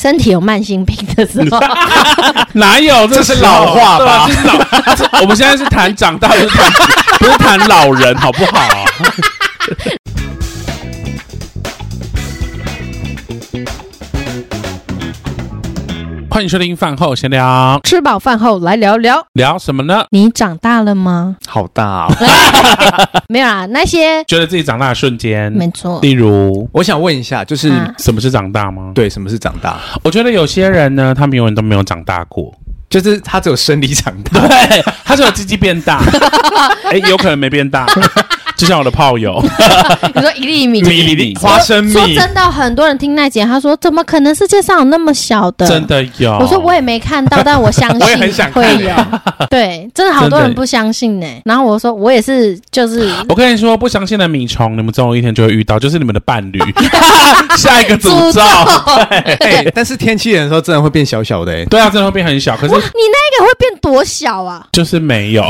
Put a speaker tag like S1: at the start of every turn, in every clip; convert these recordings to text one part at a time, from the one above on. S1: 身体有慢性病的时候，
S2: 哪有？
S3: 这是老话吧
S2: 对啊这是老。我们现在是谈长大，不是谈不是谈老人，好不好？ 欢迎收听饭后闲聊，
S1: 吃饱饭后来聊聊。
S2: 聊什么呢？
S1: 你长大了吗？
S3: 好大、哦。
S1: 没有啦，那些
S2: 觉得自己长大的瞬间，
S1: 没错，
S2: 例如
S3: 我想问一下，就是、
S1: 啊
S2: 什么是长大吗？
S3: 对什么是长大？
S2: 我觉得有些人呢，他们永远都没有长大 过。
S3: 就是他只有生理长 大，
S2: 对，他只有鸡鸡变大，哎、有可能没变大，就像我的炮友，
S1: 你说一粒 米。
S2: 米米
S3: 花生
S1: 说
S3: 米，
S1: 真的，很多人听那节，他说怎么可能世界上有那么小的？
S2: 真的有。
S1: 我说我也没看到，但我相
S3: 我也很想
S1: 信
S3: 看
S1: 会有。对，真的好多
S2: 真
S1: 人
S2: 的
S1: 不相信呢、然后我说我也是，就是
S2: 我跟你说，不相信的米虫，你们总有一天就会遇到，就是你们的伴侣。 下一个诅咒，
S3: 哎、但是天气冷的时候真的会变小小的、欸，
S2: 对啊，真的会变很小，可
S1: 哇，
S2: 是
S1: 你那个会变多小 啊？
S2: 就是没有，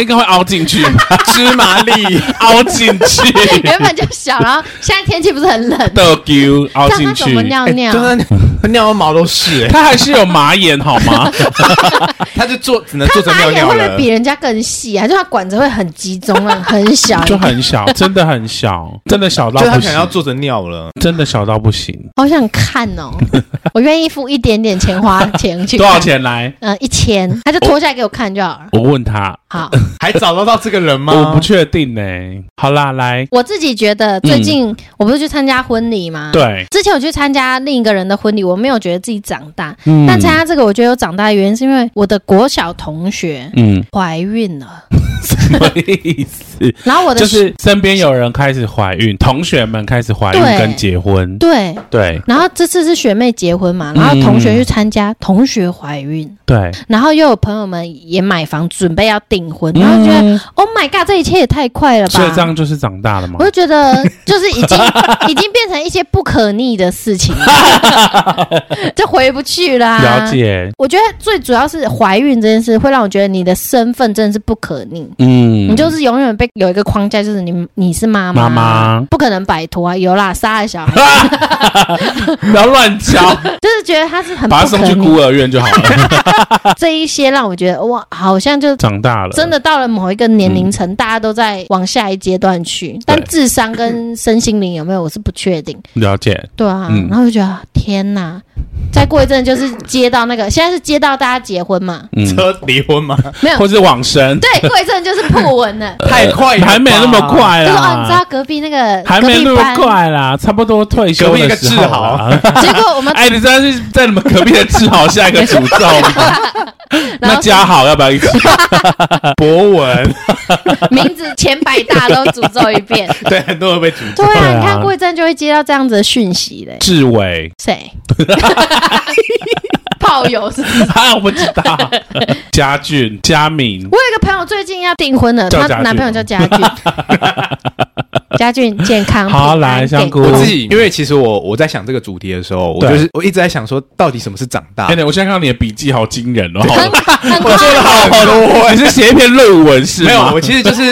S2: 应该会凹 进去，
S3: 芝麻粒，
S2: 凹进去，
S1: 原本就小，然后现在天气不是很冷，
S2: 豆丢凹
S1: 让
S2: 进
S1: 他怎么
S2: 去。
S1: 尿
S3: 哎
S1: 尿？
S3: 真的尿到毛都是、欸，
S2: 他还是有马眼好吗？
S3: 他就坐只能
S1: 他
S3: 坐着
S1: 马
S3: 尿
S1: 眼
S3: 尿
S1: 会不会
S3: 了
S1: 比。人家更细啊？就他管子会很集中啊，很小。
S2: 就很小，真的很小，真的小到
S3: 就是他
S2: 不
S3: 想要
S2: 行，
S3: 坐着尿了，
S2: 真的小到不行。
S1: 好想看 哦，我愿意付一点点钱花钱去。
S2: 多少？ 钱来？
S1: 呃，一千，他就脱下来给我看就好了。
S2: 我问他，
S1: 好，
S3: 还找得到这个人吗？
S2: 我不确定呢、好啦，来，
S1: 我自己觉得最近、我不是去参加婚礼吗？。
S2: 嗯对，
S1: 之前我去参加另一个人的婚礼，我没有觉得自己长大，
S2: 嗯
S1: 但参加这个我觉得有长大的原因是因为我的国小同学
S2: 嗯，
S1: 怀孕了，
S2: 什么意思？
S1: 然后我的
S2: 就是身边有人开始怀孕，同学们开始怀孕
S1: 对
S2: 跟结婚，
S1: 对，
S2: 对
S1: 然后这次是学妹结婚嘛，然
S2: 嗯
S1: 后同学去参加，同学怀孕，
S2: 对，
S1: 然后又有朋友们也买房，准备要订婚，然后觉得、
S2: 嗯
S1: Oh my God，这一切也太快了吧！
S2: 所以这样就是长大了嘛
S1: 我。就觉得就是已经 已经变成一些不可逆的事情了， 就回不去啦、
S2: 了。解，
S1: 我觉得最主要是怀孕这件事，会让我觉得你的身份真的是不可逆。
S2: 嗯，
S1: 你就是永远被有一个框架，就是你你是妈妈，
S2: 妈妈
S1: 不可能摆脱啊！有啦，杀了小孩，
S2: 不要乱 教，
S1: 就是觉得他是很不
S2: 把他
S1: 可
S2: 送去
S1: 逆
S2: 孤儿院就好 了。
S1: 这一些让我觉得哇，好像就
S2: 长大了，嗯
S1: 真的到了某一个年龄层，大家都在往下一阶段去，但智商跟身心灵有没有，我是不确定。
S2: 了解，
S1: 对啊，
S2: 嗯
S1: 然后就觉得天哪！再过一阵就是接到那个，现在是接到大家结婚嘛，
S2: 嗯，
S3: 车离婚吗？
S1: 没有
S2: 或是往生，
S1: 对，过一阵就是破文 了，
S3: 太快了吧，
S2: 呃还没那么快
S1: 就说哦，你知
S2: 啦
S1: 道，隔壁那个
S2: 哎还没啊
S1: 隔
S2: 那
S1: 壁
S2: 么
S1: 班，
S2: 快啦，差不多退休
S3: 隔壁一
S2: 的
S3: 个
S2: 时候
S3: 志豪
S2: 啦。
S1: 结果我们
S2: 哎，你知道是在你们隔壁的志豪下一个诅咒吗？
S1: 然
S2: 那
S1: 后
S2: 嘉豪要不要 一起？
S3: 博文，
S1: 名字前百大都诅咒一 遍，
S3: 对，很多人被诅
S1: 对
S2: 对啊
S1: 啊，你看过一阵就会接到这样子的讯息嘞，
S2: 志伟，
S1: 谁？炮友是不是？
S2: 啊，我不知道。嘉俊、嘉敏，
S1: 我有一个朋友最近要订婚了，
S2: 嗯叫
S1: 她
S2: 家俊
S1: 男朋友叫家俊，家俊健康。
S2: 好
S1: 平安
S2: 来香菇
S1: 健
S3: 我
S1: 康
S3: 自己，因为其实我我在想这个主题的时候，我
S2: 对
S3: 就是我一直在想说，到底什么是长大
S2: 哎、？我现在看到你的笔记好惊人哦，好
S1: 很很
S3: 我说
S1: 快
S3: 了好
S2: 多，你是写一篇论文是吗？
S3: 没有，我其实就是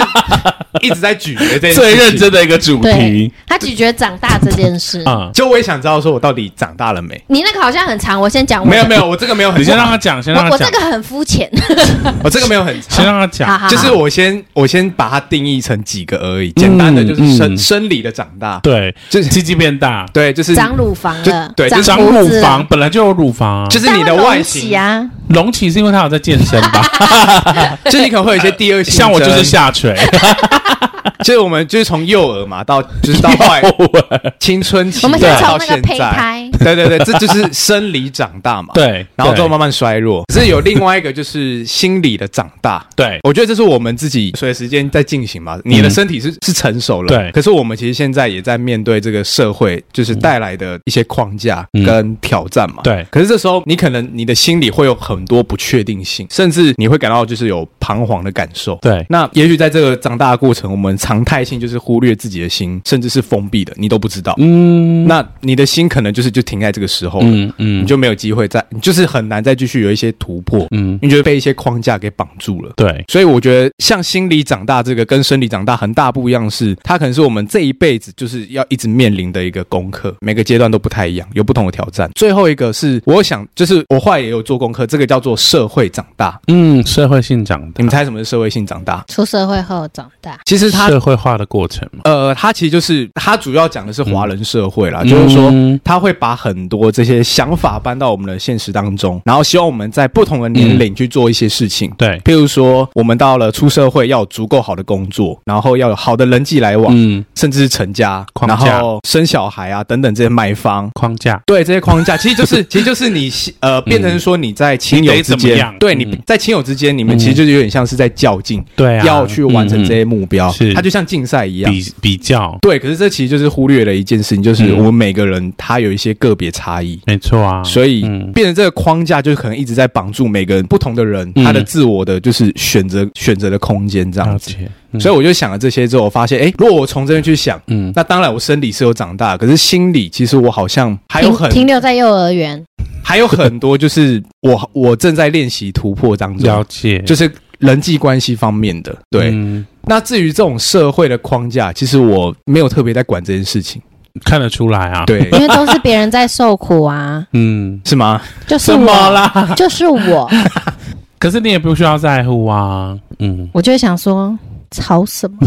S3: 一直在咀嚼这件事情
S2: 最认真。的一个主
S1: 对
S2: 题，
S1: 他咀嚼长大这件事。
S2: 啊、
S3: 就我也想知道，说我到底长大了没？
S1: 你那个好像很长，我先讲我的。
S3: 没有没有，我这个没有
S2: 哦
S3: 很，
S2: 你先让他讲，先让
S1: 我
S2: 他
S1: 我这
S2: 讲，
S1: 个很肤浅。
S3: 我这个没有很 长
S2: 先。让他
S1: 好
S2: 讲。
S1: 好，
S3: 就是
S1: 好
S3: 我先我先把它定义成几个而已，简单的就是生、
S2: 嗯
S3: 生理的长大，
S2: 对，
S3: 就是
S2: 鸡鸡变大，
S3: 对，就是
S1: 长乳房
S3: 就
S1: 了，
S3: 对就
S2: 长
S1: 胡
S2: 乳
S1: 子了
S2: 房，本来就有乳房啊，
S3: 就是
S1: 但
S3: 你的
S1: 会隆
S3: 外
S1: 起
S3: 形，
S1: 啊，
S2: 隆起是因为他有在健身吧？
S3: 就是你可能会有一些第二性征
S2: 像我就是，下垂，
S3: 就是我们就是从幼儿嘛到就是到后来青春期，
S1: 我们
S3: 对
S1: 先从
S3: 到
S1: 那个
S3: 现
S1: 胚
S3: 在，
S1: 胎，
S3: 对对对，这就是生理长大嘛，，
S2: 对，
S3: 然后之后
S2: 对
S3: 慢慢衰弱。可是有另外一个就是心理的长大，
S2: 对
S3: 我觉得这是我们自己随着时间在进行嘛，你的身体是、是成熟了，
S2: 嗯对
S3: 可是我们其实现在也在面对这个社会，就是带来的一些框架
S2: 嗯
S3: 跟挑战嘛。
S2: 对
S3: 可是这时候你可能你的心里会有很多不确定性，甚至你会感到就是有彷徨的感受。
S2: 对
S3: 那也许在这个长大的过程，我们常态性就是忽略自己的心，甚至是封闭的，你都不知道。嗯，那你的心可能就是就停在这个时候了，
S2: 嗯嗯
S3: 你就没有机会再，你就是很难再继续有一些突破，
S2: 嗯
S3: 嗯，你就被一些框架给绑住了。
S2: 对，
S3: 所以我觉得，像心理长大这个跟生理长大很大不一样是，它可能是我们这一辈子就是要一直面临的一个功课，每个阶段都不太一样，有不同的挑战。最后一个是，我想就是我后来也有做功课，这个叫做社会长大。
S2: 嗯，社会性长
S3: 你
S2: 大
S3: 们，猜什么是社会性长大？
S1: 出社会后长大，
S3: 其实它
S2: 社会化的过程嘛，
S3: 呃，它其实就是它主要讲的是华人社会
S2: 嗯
S3: 啦，啊就是说它会把很多这些想法搬到我们的现实当中，然后希望我们在不同的年龄去做一些事情。
S2: 对，
S3: 譬如说，我们到了出社会要有足够好的工作，然后要有好的人际来往，
S2: 嗯，
S3: 甚至是成家，
S2: 框
S3: 然
S2: 架
S3: 后生小孩啊等等这些买房。
S2: 框架，
S3: 对这些框 架，其实就是其实就是你呃，变成说你在亲友
S2: 你得
S3: 之
S2: 怎么
S3: 间，嗯
S2: 样
S3: 对
S2: 嗯
S3: 你在亲友之间，你们其实就是有点像是在较劲，
S2: 对啊，
S3: 要去完成这些目标，
S2: 是
S3: 它就像竞赛一啊
S2: 嗯嗯
S3: 样。
S2: 比比较，
S3: 对，可是这其实就是忽略了一件事情，就是
S2: 嗯
S3: 我们每个人他有一些个别差异，
S2: 没错啊，
S3: 所以
S2: 嗯
S3: 变成这个框架，就是可能一直在绑住每个人不同的人，
S2: 嗯
S3: 他的自我的就是选择选择的空间这样
S2: 了
S3: 子。
S2: 解，嗯
S3: 所以我就想了这些之后，我发现，哎，如果我从这边去想，
S2: 嗯，
S3: 那当然我生理是有长大，可是心理其实我好像还有
S1: 停
S3: 很
S1: 停留在幼儿园，
S3: 还有很多，就是我我正在练习突破当
S2: 了
S3: 中，
S2: 解，
S3: 就是人际关系方面的。对，
S2: 嗯
S3: 那至于这种社会的框架，其实我没有特别在管这件事情，
S2: 看得出来啊，，
S3: 对
S1: 因，为都是别人在受苦啊，
S2: 嗯，
S3: 是吗？
S1: 就是
S2: 怎么
S1: 我，
S2: 啦？
S1: 就是我，
S2: 可是你也不需要在乎啊， 嗯，
S1: 我就会想说。吵什 么？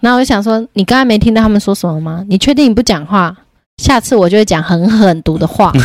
S1: 然后我就想说，你刚才没听到他们说什么吗？你确定你不讲话？下次我就会讲很狠毒的话。
S2: 嗯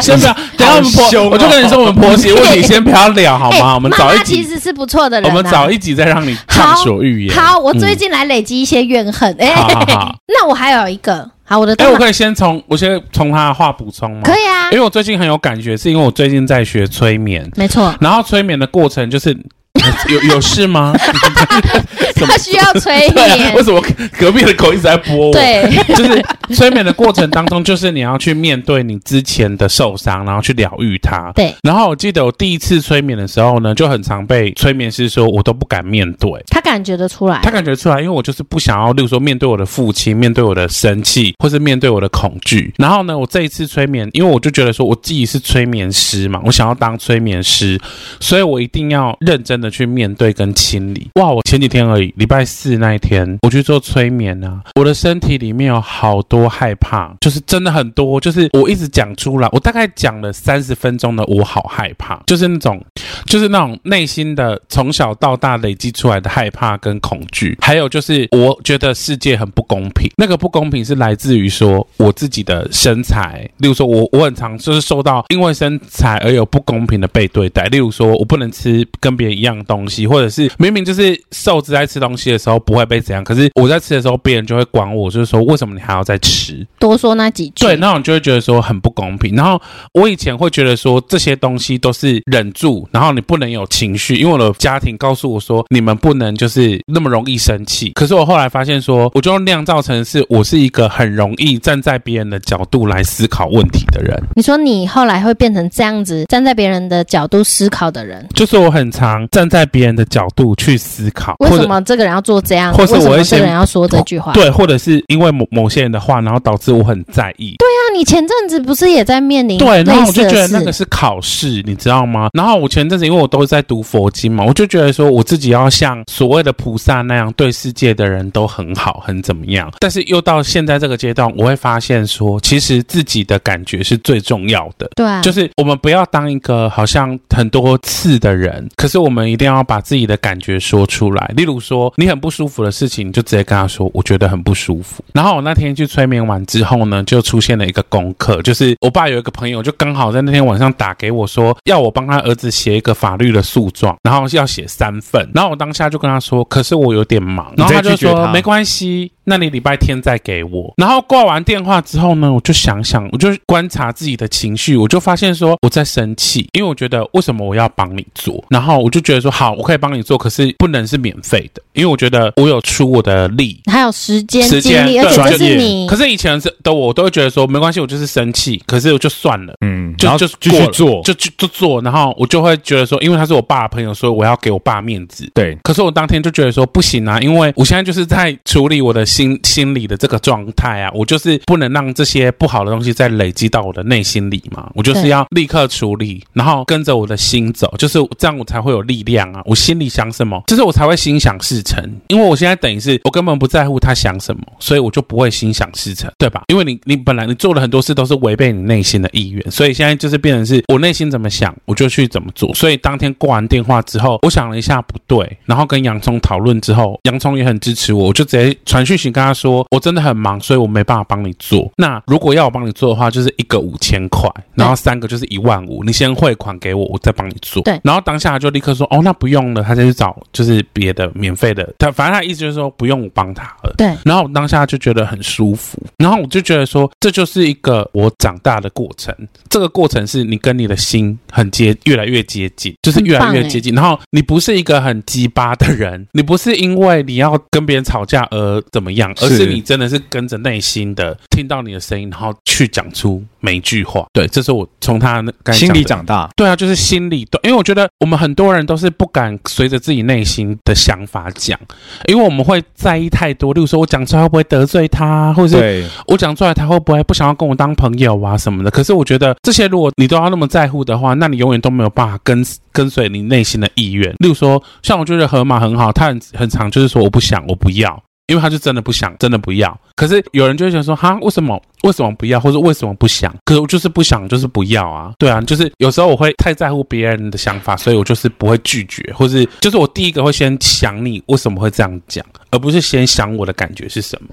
S2: 先不要，等一下我们
S3: 好凶
S2: 婆，
S3: 哦
S2: 我就跟你说，我们婆媳问题先不要聊好吗？
S1: 哎
S2: 我们找
S1: 妈
S2: 一
S1: 妈其
S2: 集，
S1: 实是不错的人、
S2: 我
S1: 啊，
S2: 们找一集再让你畅所欲言。嗯
S1: 好，我最近来累积一些怨恨。哎、
S2: 好好好
S1: 那我还有一个，好，我的
S2: 哎，
S1: 头
S2: 我
S1: 脑
S2: 可以先从我先从他的话补充吗？
S1: 可以啊
S2: 因，为我最近很有感觉，是因为我最近在学催眠，
S1: 没错，
S2: 然后催眠的过程就是。 有有 事吗？
S1: 他需要催
S2: 哎 对啊，
S1: 眠
S2: 为。什么隔壁的狗一直在拨我？
S1: 对，
S2: 就是催眠的过程当中，就是你要去面对你之前的受伤，然后去疗愈它。
S1: 对，
S2: 然后我记得我第一次催眠的时候呢，就很常被催眠师说我都不敢面对，
S1: 他感觉得出来
S2: 他。感觉出来，因为我就是不想要，例如说面对我的父亲，面对我的生气，或是面对我的恐惧。然后呢，我这一次催眠，因为我就觉得说我自己是催眠师嘛，我想要当催眠师，所以我一定要认真的去面对跟清理。哇，我前几天而已，礼拜四那一天我去做催眠啊，我的身体里面有好多害怕，就是真的很多，就是我一直讲出来，我大概讲了三十分钟的，我好害怕，就是那种就是那种内心的从小到大累积出来的害怕跟恐惧，还有就是我觉得世界很不公平，那个不公平是来自于说我自己的身材，例如说我我很常就是受到因为身材而有不公平的被对待，例如说我不能吃跟别人一样的东西，或者是明明就是瘦子在吃东西的时候不会被怎样，可是我在吃的时候别人就会管我，就是说为什么你还要再吃？
S1: 多说那几句，
S2: 对，那种就会觉得说很不公平。然后我以前会觉得说这些东西都是忍住，然后你不能有情绪，因为我的家庭告诉我说你们不能就是那么容易生气。可是我后来发现说，我就酿造成是我是一个很容易站在别人的角度来思考问题的人，
S1: 你说你后来会变成这样子，站在别人的角度思考的人，
S2: 就是我很常站在别人的角度去思考，
S1: 为
S2: 或
S1: 什
S2: 者
S1: 么这个人要做这样？
S2: 或是
S1: 为什
S2: 我
S1: 么
S2: 会
S1: 这
S2: 先
S1: 个人要说这句话？
S2: 对，或者是因为某某些人的话，然后导致我很在意。
S1: 那啊你前阵子不是也在面临
S2: 对，然
S1: 类
S2: 后我
S1: 似
S2: 就
S1: 的
S2: 觉得
S1: 事？
S2: 那个是考试，你知道吗？然后我前阵子因为我都是在读佛经嘛，我就觉得说我自己要像所谓的菩萨那样对世界的人都很好，很怎么样。但是又到现在这个阶段，我会发现说，其实自己的感觉是最重要的。
S1: 对啊，
S2: 就是我们不要当一个好像很多次的人，可是我们一定要把自己的感觉说出来。例如说，你很不舒服的事情，你就直接跟他说：“我觉得很不舒服。”然后我那天去催眠完之后呢，就出现了一个功课，就是我爸有一个朋友，就刚好在那天晚上打给我说，要我帮他儿子写一个法律的诉状，然后要写三份。然后我当下就跟他说：“可是我有点忙。”然后就
S3: 你直接拒绝
S2: 说：“
S3: 他
S2: 没关系，那你礼拜天再给我。然后挂完电话之后呢，我就想想，我就观察自己的情绪，我就发现说我在生气，因为我觉得为什么我要帮你做？然后我就觉得说好，我可以帮你做，可是不能是免费的，因为我觉得我有出我的力。
S1: 还有时间
S2: 时
S1: 精
S2: 间
S1: 力，而且
S2: 对
S1: 这
S2: 专
S1: 是你
S2: 可是以前是的我都会觉得说没关系，我就是生气，可是我就算了。
S3: 嗯，
S2: 就
S3: 然后
S2: 就
S3: 继
S2: 过
S3: 续
S2: 了
S3: 做，
S2: 就就就做，然后我就会觉得说，因为他是我爸的朋友，所以我要给我爸面子。
S3: 对，
S2: 可是我当天就觉得说不行啊，因为我现在就是在处理我的心心理的这个状态啊，我就是不能让这些不好的东西再累积到我的内心里嘛，我就是
S1: 对
S2: 要立刻处理，然后跟着我的心走，就是这样我才会有力量啊。我心里想什么，就是我才会心想事成，因为我现在等于是我根本不在乎他想什么，所以我就不会心想事成，对吧？因为你你本来你做了很多事都是违背你内心的意愿，所以现在就是变成是我内心怎么想，我就去怎么做。所以当天挂完电话之后，我想了一下不对，然后跟洋葱讨论之后，洋葱也很支持我，我就直接传讯息跟他说，我真的很忙，所以我没办法帮你做。那如果要我帮你做的话，就是一个五千块，然后三个就是一万五，你先汇款给我，我再帮你做。
S1: 对
S2: 然后当下就立刻说，哦，那不用了，他再去找就是别的免费的，他反正他的意思就是说不用我帮他了。
S1: 对
S2: 然后我当下就觉得很舒服，然后我就觉得说，这就是一个我长大的过程。这个过程是你跟你的心很接，越来越接近，就是越来越接近。然后你不是一个很鸡巴的人， 你不是因为你要跟别人吵架而怎么样，而是
S3: 是
S2: 你真的是跟着内心的，听到你的声音，然后去讲出每一句话。对，这是我从他那刚才
S3: 心
S2: 讲
S3: 理
S2: 的
S3: 长大，
S2: 对啊，就是心里对，因为我觉得我们很多人都是不敢随着自己内心的想法讲，因为我们会在意太多。例如说，我讲出来会不会得罪他，或者是
S3: 对，
S2: 我讲出来他会不会不想要跟我当朋友啊什么的。可是我觉得这些，如果你都要那么在乎的话，那你永远都没有办法跟跟随你内心的意愿。例如说，像我觉得河马很好，他很很常就是说我不想，我不要。因为他就真的不想，真的不要。可是有人就会想说，哈，为什么为什么不要，或者为什么不想？可是我就是不想，就是不要啊。对啊，就是有时候我会太在乎别人的想法，所以我就是不会拒绝，或是就是我第一个会先想你为什么会这样讲，而不是先想我的感觉是什么。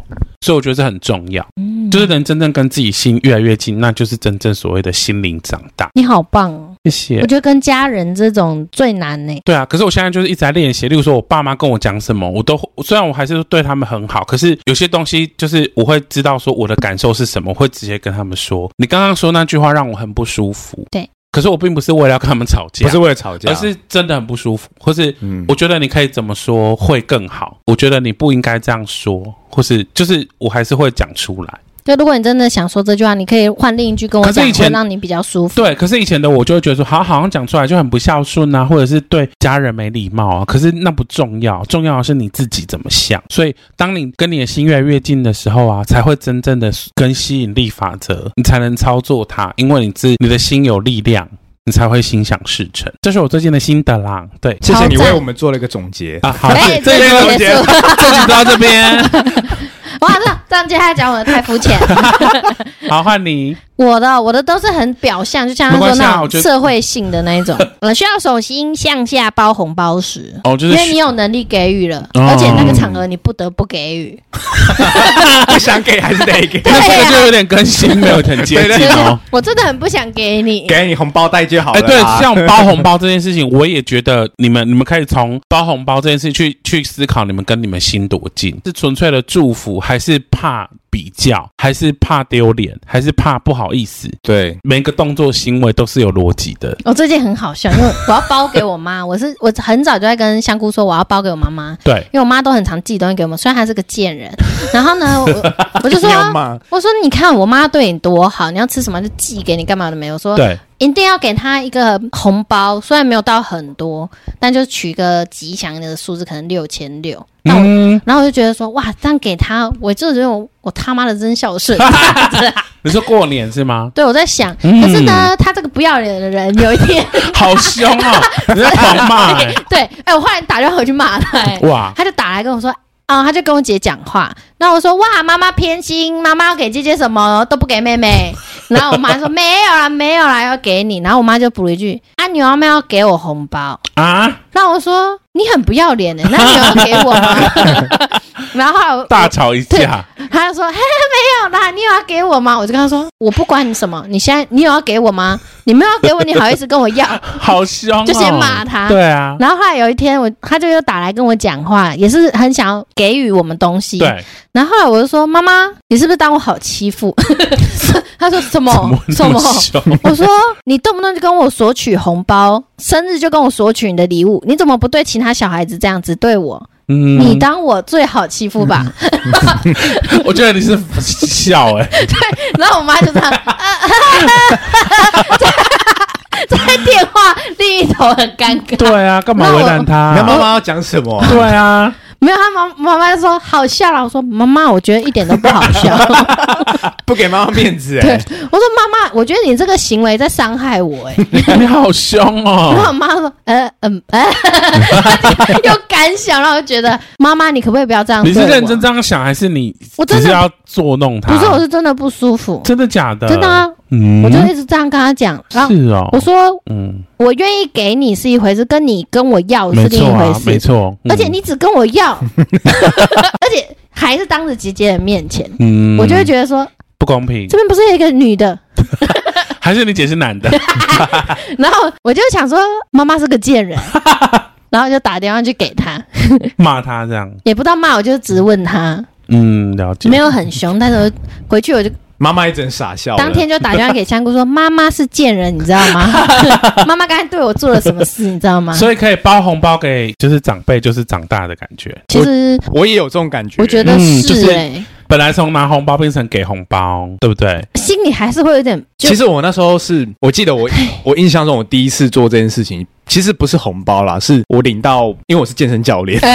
S2: 所以我觉得这很重要，
S1: 嗯
S2: 就是能真正跟自己心越来越近，那就是真正所谓的心灵长大。
S1: 你好棒哦！
S2: 谢谢
S1: 我。觉得跟家人这种最难呢、
S2: 对啊，可是我现在就是一直在练习。例如说，我爸妈跟我讲什么，我都虽然我还是对他们很好，可是有些东西就是我会知道说我的感受是什么，我会直接跟他们说。你刚刚说那句话让我很不舒服。
S1: 对，
S2: 可是我并不是为了要跟他们吵架，
S3: 不是为了吵架，
S2: 而是真的很不舒服，或是
S3: 嗯
S2: 我觉得你可以怎么说会更好。我觉得你不应该这样说，或是就是我还是会讲出来。
S1: 就如果你真的想说这句话，你可以换另一句跟我
S2: 可
S1: 讲
S2: 是以，前
S1: 会让你比较舒服。
S2: 对，可是以前的我就会觉得说，好好像讲出来就很不孝顺啊，或者是对家人没礼貌啊。可是那不重要，重要的是你自己怎么想。所以，当你跟你的心越来越近的时候啊，才会真正的跟吸引力法则，你才能操作它，因为你自你的心有力量，你才会心想事成。这是我最近的心得啦。对
S3: 谢谢你
S1: 超赞
S3: 为我们做了一个总结。
S2: 啊，好，
S1: 哎，
S2: 这
S1: 这
S2: 这
S1: 就
S2: 个
S1: 结束。
S2: 这集到这边，
S1: 哇，这这样接下来讲我的太肤 浅。
S2: 好，换你。
S1: 我的我的都是很表象，就像他
S2: 没
S1: 说
S2: 关系啊
S1: 那
S2: 我
S1: 种
S2: 觉得
S1: 社会性的那一 种，呃，需要手心向下包红包时，
S2: 哦，就
S1: 因
S2: 是
S1: 为你有能力给予了，
S2: 哦嗯
S1: 而且那个场合你不得不给予。
S3: 不想给还是得 给，
S2: 他这个就有点跟心没有很接
S3: 对
S2: 近
S3: 对
S2: 哦。
S1: 我真的很不想给你，
S3: 给你红包袋就好
S2: 哎、
S3: 了。
S2: 对，像包红包这件事情，我也觉得你们你们可以从包红包这件事去去思考，你们跟你们心多近，是纯粹的祝福，还是怕比较，还是怕丢脸，还是怕不好意思？
S3: 对，
S2: 每一个动作行为都是有逻辑的。
S1: 我最近很好笑，因为我要包给我妈，我是我很早就在跟香菇说我要包给我妈妈，
S2: 对，
S1: 因为我妈都很常寄东西给我们，虽然她是个贱人。然后呢， 我我就说啊
S3: 你，要骂
S1: 我说你看我妈对你多好，你要吃什么就寄给你，干嘛都没有。我说
S2: 对，
S1: 一定要给她一个红包，虽然没有到很多，但就取一个吉祥的数字，可能六千六。那我、
S2: 嗯，
S1: 然后我就觉得说，哇，这样给她，我就觉得我我他妈的真孝 顺。
S2: 你说过年是吗？
S1: 对，我在想，
S2: 嗯
S1: 可是呢，她这个不要脸的人，有一天，
S2: 好凶哦，你在狂骂、哎
S1: 对，哎、我后来打电话回去骂她、哎
S2: 哇，
S1: 他就打来跟我说，啊、他就跟我姐讲话，然后我说哇，妈妈偏心，妈妈要给姐姐什么都不给妹妹，然后我妈说 没有啦，没有啦，要给你，然后我妈就补了一句，啊，你妈妈要给我红包，
S2: 啊，
S1: 然后我说你很不要脸的、欸那你有给我吗？ 然后
S2: 大吵一架，
S1: 他就说：“嘿，没有啦，你有要给我吗？”我就跟他说：“我不管你什么，你现在你有要给我吗？你没有要给我，你好意思跟我 要
S2: 好凶、哦，
S1: 就先骂他
S2: 对啊？”，
S1: 然后后来有一天我，他就又打来跟我讲话，也是很想要给予我们东西。
S2: 对，
S1: 然后后来我就说：“妈妈，你是不是当我好欺负？” 他说：“什么
S2: 怎么
S1: 什
S2: 那么凶？
S1: 我说：“你动不动就跟我索取红包，生日就跟我索取你的礼物，你怎么不对其他小孩子这样子对我？
S2: 嗯
S1: 你当我最好欺负吧？”
S2: 我觉得你是笑哎、
S1: 然后我妈就这样，啊啊啊啊在在电话另一头很尴尬。
S2: 对啊，干嘛为难他、
S3: 你看妈妈要讲什 么？
S2: 对啊，
S1: 没有，她妈妈妈就说好笑啦。我说妈妈，我觉得一点都不好笑。
S3: 不给妈妈面子
S1: 对
S3: 哎，，
S1: 我说妈妈，我觉得你这个行为在伤害我、欸。
S2: 你好凶
S1: 然后
S2: 哦，
S1: 我妈说，呃嗯，呃， 又感想，然后我就觉得妈妈，你可不可以不要这样
S2: 你
S1: 对
S2: 是
S1: 我？
S2: 认真这样想，还是你
S1: 我
S2: 只
S1: 真
S2: 是
S1: 的
S2: 要捉弄他？
S1: 不是，我是真的不舒服，
S2: 真的假的？
S1: 真的啊，
S2: 嗯，
S1: 我就一直这样跟她讲。然后
S2: 是哦，
S1: 我说，
S2: 嗯，
S1: 我愿意给你是一回事，跟你跟我要是
S2: 没
S1: 另一
S2: 错
S1: 回
S2: 啊，
S1: 事。
S2: 没错，嗯
S1: 而且你只跟我要， 而且还是当着姐姐的面前，
S2: 嗯
S1: 我就会觉得说，
S2: 不公平
S1: 这，边不是有一个女的，
S2: 还是你姐是男 的？
S1: 然后我就想说，妈妈是个贱 人，然后就打电话去给她，
S2: 骂他这样，
S1: 也不知道骂，我就直问她，
S2: 嗯，了解，
S1: 没有很凶，但是我回去我就
S3: 妈妈一整傻笑了。
S1: 当天就打电话给香菇 说，妈妈是贱人，你知道吗？妈妈刚才对我做了什么事，你知道吗？
S2: 所以可以包红包给就是长辈，就是长大的感觉。
S1: 其实
S3: 我也有这种感觉，
S1: 我觉得
S2: 嗯就是是
S1: 哎、
S2: 本来从拿红包变成给红包，对不对？
S1: 心里还是会有点就
S3: 其实我那时候是我记得我我印象中我第一次做这件事情，其实不是红包啦，是我领到，因为我是健身 教练，
S1: 对，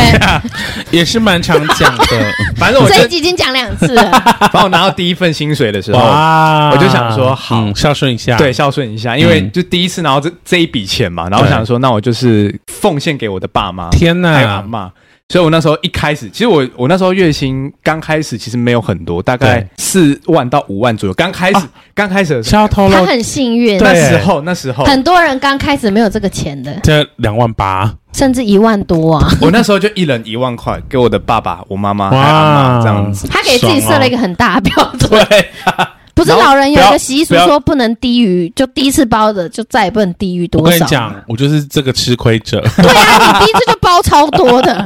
S2: 也是蛮常讲 的。
S3: 反正我
S1: 哎这
S3: 就
S1: 一集已经讲两次了。
S3: 把我拿到第一份薪水的时候。
S2: 哇！
S3: 我就想说好
S2: 嗯孝顺一下。
S3: 对，，孝顺一下，因为
S2: 嗯
S3: 就第一次拿到这这一笔钱嘛，然后我想说，那我就是奉献给我的爸妈，
S2: 天
S3: 还有阿
S2: 哪！
S3: 嬷。所以我那时候一开始，其实我我那时候月薪刚开始其实没有很多，大概
S2: 对
S3: 四万到五万左右。刚开始，刚开始的时
S2: 是
S3: 候，
S2: 要透
S1: 他
S2: 露
S1: 很幸运，
S2: 对
S3: 那时候那时
S2: 哦
S3: 候，
S1: 很多人刚开始没有这个钱的，
S2: 这两万八，
S1: 甚至一万多 啊。
S3: 我那时候就一人一万块给我的爸爸、我哎妈妈还有阿嬷这样子。
S1: 他给自己设
S2: 啊
S1: 了一个很大的标准，
S2: 对，
S1: 不是
S3: 然后
S1: 老人有一
S2: 不
S1: 个
S2: 要
S1: 习俗
S2: 不要
S1: 说不能低于就第一次包的就再也不能低于
S2: 我
S1: 多
S2: 跟你
S1: 少。
S2: 讲，我就是这个吃亏 者。
S1: 对啊，你第一次就包超多 的，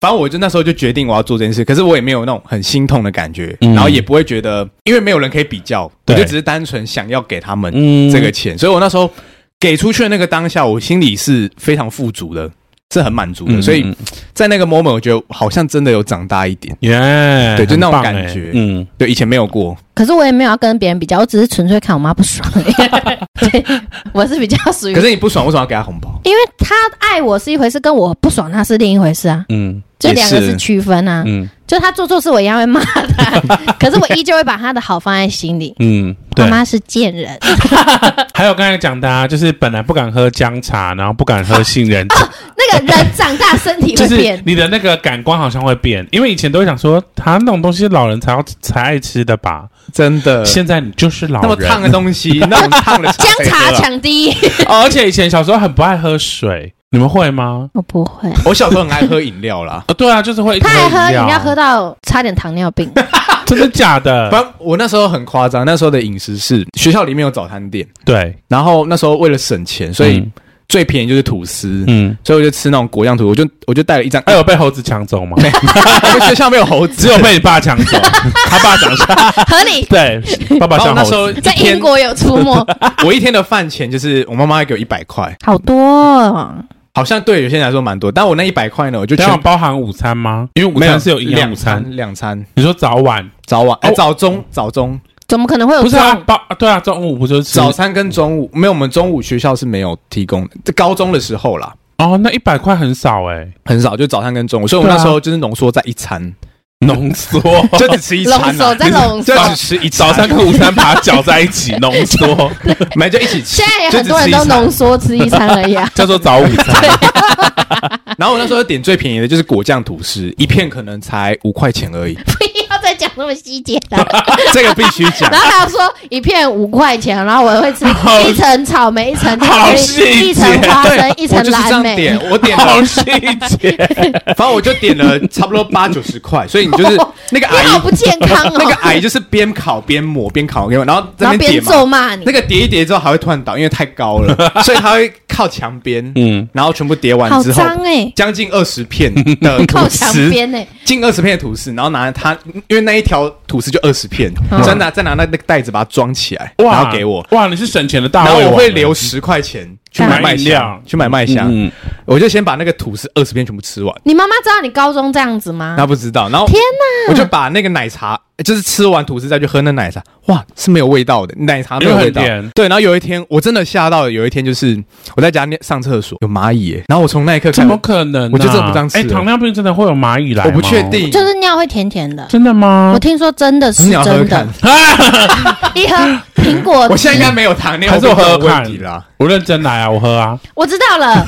S3: 反正我就那时候就决定我要做这件事，可是我也没有那种很心痛的感觉，
S2: 嗯
S3: 然后也不会觉得，因为没有人可以比较，我
S2: 对
S3: 就只是单纯想要给他们
S2: 嗯
S3: 这个钱，所以我那时候给出去的那个当下，我心里是非常富足的，是很满足的，所以
S2: 嗯
S3: 在那个 moment，我觉得好像真的有长大一点，
S2: 耶，
S3: 对就那种
S2: 很棒
S3: 感
S2: 欸
S3: 觉
S2: 嗯，
S3: 对，以前没有过。
S1: 可是我也没有要跟别人比较，我只是纯粹看我妈不爽而已。 对，我是比较属于
S3: 可，是你不爽，为什么要给他红包？
S1: 因为她爱我是一回事，跟我不爽她是另一回事啊，
S2: 嗯
S1: 这两个
S3: 也是
S1: 是区分啊。
S2: 嗯
S1: 就她做错事，我一样会骂 她，可是我依旧会把她的好放在心里。
S2: 嗯，
S1: 妈
S2: 对。
S1: 妈是贱人，
S2: 还有刚才讲的，啊，就是本来不敢喝姜茶，然后不敢喝杏 仁茶，
S1: 那个人长大身体
S2: 就
S1: 会
S2: 是
S1: 变，
S2: 你的那个感官好像会变，因为以前都会想说，他那种东西老人才要才爱吃的吧，
S3: 真的，
S2: 现在你就是老
S3: 呃 那么
S2: 人
S3: 烫的东西，那种烫的
S1: 姜茶
S3: 强。
S1: 抢第一。
S2: 哦而且以前小时候很不爱喝水，你们会吗？，
S1: 我不会，
S3: 我小时候很爱喝饮料啦
S2: 哦，对啊，就是会一直
S1: 他还喝
S2: 饮
S1: 饮料喝到差点糖尿 病，
S2: 真的假的？
S3: 反正我那时候很夸张，那时候的饮食是学校里面有早餐店，
S2: 对，
S3: 然后那时候为了省钱，所以最便宜就是吐司，
S2: 嗯，嗯
S3: 所以我就吃那种果酱吐司，我就我就带了一张，
S2: 哎，
S3: 哎呦，
S2: 有被猴子抢走 吗？
S3: 我们学校没有猴子，
S2: 只有被你爸抢走， 他爸长相
S1: 合理。
S2: 对，哦爸爸像
S3: 然后那
S2: 猴
S3: 时
S2: 子，
S3: 候一
S1: 在英
S3: 天，
S1: 国有出 没，
S3: 我一天的饭钱就是我妈妈给我一百块，
S1: 好多、哦。
S3: 好像对有些人来说蛮多，但我那一百块呢，我就
S2: 等一下
S3: 全
S2: 包含午餐吗？因为午
S3: 没
S2: 餐是有营养午
S3: 餐
S2: 餐，，
S3: 两餐
S2: 你说早晚
S3: 早晚哎
S2: 哦
S3: 早中早中嗯
S1: 怎么可能会有
S2: 不
S1: 这
S2: 是啊？
S1: 种？
S2: 包啊对啊，中午不就是吃
S3: 早餐跟中午没有，我们中午学校是没有提供的，这高中的时候啦。
S2: 哦？那一百块很少哎，
S3: 很少，就早餐跟中午，所以我们
S2: 对啊
S3: 那时候就是浓缩在一餐，
S2: 浓 缩
S3: 就只吃一
S1: 笼
S3: 餐、
S1: 手
S3: 啊，
S1: 在笼手
S3: 就，只吃一餐
S2: 早餐跟午餐把它搅在一起，浓缩。
S3: 没就一起吃
S1: 现。在也很多人都浓缩吃一餐而已啊
S2: 叫做早午 餐。
S3: 然后我那时候点最便宜的就是果酱吐司，一片可能才五块钱而已。
S1: 不要再讲那么细节的。
S3: 这个必须 讲
S1: 然。后还有说一片五块钱，然后我 会吃
S2: 好
S1: 一层草莓，一层巧
S2: 好
S1: 克
S2: 细节
S1: 力，一层花生
S3: 对，，
S1: 一
S3: 我
S1: 层
S3: 就是这
S1: 蓝
S3: 样
S1: 莓。
S3: 点，我点
S2: 好
S3: 了，
S2: 细节，
S3: 反正我就点了差不多八九十块，所以你就是 那个
S1: 你
S3: 阿
S1: 好
S3: 姨
S1: 不健康
S3: 那个
S1: 哦！
S3: 阿姨就是边烤边抹边烤给我，然后在
S1: 然
S3: 那
S1: 后
S3: 边叠
S1: 边
S3: 嘛，
S1: 咒骂你
S3: 那，个叠一叠之后还会突然倒，因为太高 了，所以它会靠墙边，
S2: 嗯，
S3: 然后全部叠完
S1: 好
S3: 之后，
S1: 脏哎，
S3: 将近二十片 的
S1: 靠
S3: 吐
S1: 墙
S3: 司，
S1: 边哎，
S3: 近二十片的吐司，然后拿它，因为那一条吐司就二十片，
S1: 嗯
S3: 再拿再拿那个袋子把它装起来，然后给我，
S2: 哇，啊你是省钱的大
S3: 然
S2: 胃王，
S3: 后
S2: 欸
S3: 我会留十块钱去买麦
S2: 买饮料
S3: 香，去买麦香，
S2: 嗯
S3: 我就先把那个吐司二十片全部吃完。
S1: 你妈妈知道你高中这样子吗？
S3: 他不知道，然后
S1: 天
S3: 我就把那个奶茶，就是吃完吐司再去喝那奶茶，哇，是没有味道的，奶茶没有味道
S2: 因为很甜。
S3: 对，然后有一天我真的吓到了，有一天就是我在家念上厕所有蚂蚁耶，然后我从那一刻
S2: 怎
S3: 开始
S2: 么，可能啊？
S3: 我觉得这不当吃
S2: 哎，糖尿病真的会有蚂蚁来吗？
S3: 我不确，定，
S1: 就是尿会甜甜的，
S2: 真的吗
S1: 我？听说真的是
S3: 啊你要喝喝
S1: 真
S3: 看
S1: 的。， 一喝苹果汁，
S3: 我现在应该没有糖尿
S2: 还
S3: 病
S2: 是
S3: 这
S2: 我
S3: 个
S2: 喝喝
S3: 问
S2: 看
S3: 题啦。？
S2: 我认真来啊，我喝啊。
S1: 我知道了。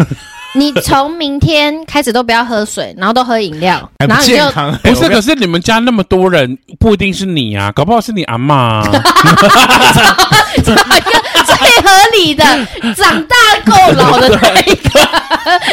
S1: 你从明天开始都不要喝水，然后都喝饮料，
S3: 还
S1: 然后
S3: 不
S1: 你就
S3: 健康，
S2: 不
S3: 哎我
S2: 是，
S3: 跟
S2: 可是你们家那么多人，不一定是你啊，搞不好是你阿妈、 啊。
S1: 找一个 最合理的、长大够老的那一个。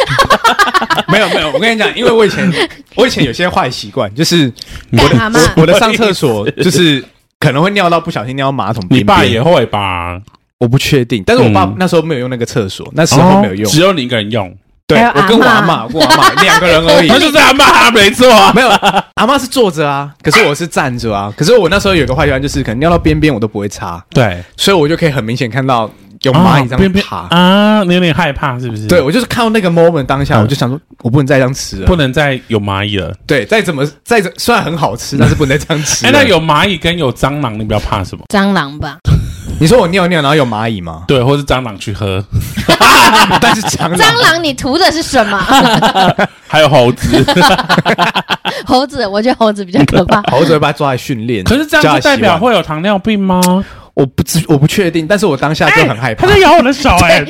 S3: 没有没有，我跟你讲，因为我以前我以前有些坏习惯，就是
S1: 干蛤蟆
S3: 我我的上厕所就是可能会尿到不小心尿到马桶边
S2: 你
S3: 边，
S2: 爸也会 吧？
S3: 我不确定，但是我爸
S2: 嗯
S3: 那时候没有用那个厕所，那时候没有用
S2: 只，有你一个人用，
S3: 对
S1: 还有
S3: 我跟我
S1: 阿
S3: 阿
S1: 嬷
S3: 妈，我跟我阿妈两个人而已
S2: 他。就是阿妈，没错啊。
S3: 没有，阿妈是坐着啊，可是我是站着啊。可是我那时候有个坏习惯，就是可能尿到边边我都不会擦，
S2: 对，
S3: 所以我就可以很明显看到有蚂蚁这
S2: 啊边
S3: 样
S2: 边
S3: 爬。
S2: 啊，你有点害怕是不是？
S3: 对，我就是看到那个 moment 当
S2: 嗯
S3: 下，我就想说，我不能再这样吃了。
S2: 不能再有蚂蚁了。
S3: 对，再怎么再怎虽然很好吃，但是不能再这样吃
S2: 哎、
S3: 了。
S2: 那有蚂蚁跟有蟑螂，你比较怕什么？？
S1: 蟑螂吧，
S3: 你说我尿尿然后有蚂蚁吗
S2: 对，或是蟑螂去喝，
S3: 但是蟑螂
S1: 蟑螂你涂的是什么？
S2: 还有猴 子。
S1: 猴子，我觉得猴子比较可怕。
S3: 猴子会把它抓来训练，
S2: 可是这
S3: 叫
S2: 样
S3: 它
S2: 就代
S3: 洗
S2: 表
S3: 碗
S2: 会有糖尿病吗？
S3: 我不知我不确定，但是我当下就
S2: 哎
S3: 很害怕
S2: 它。在咬我的 手哎、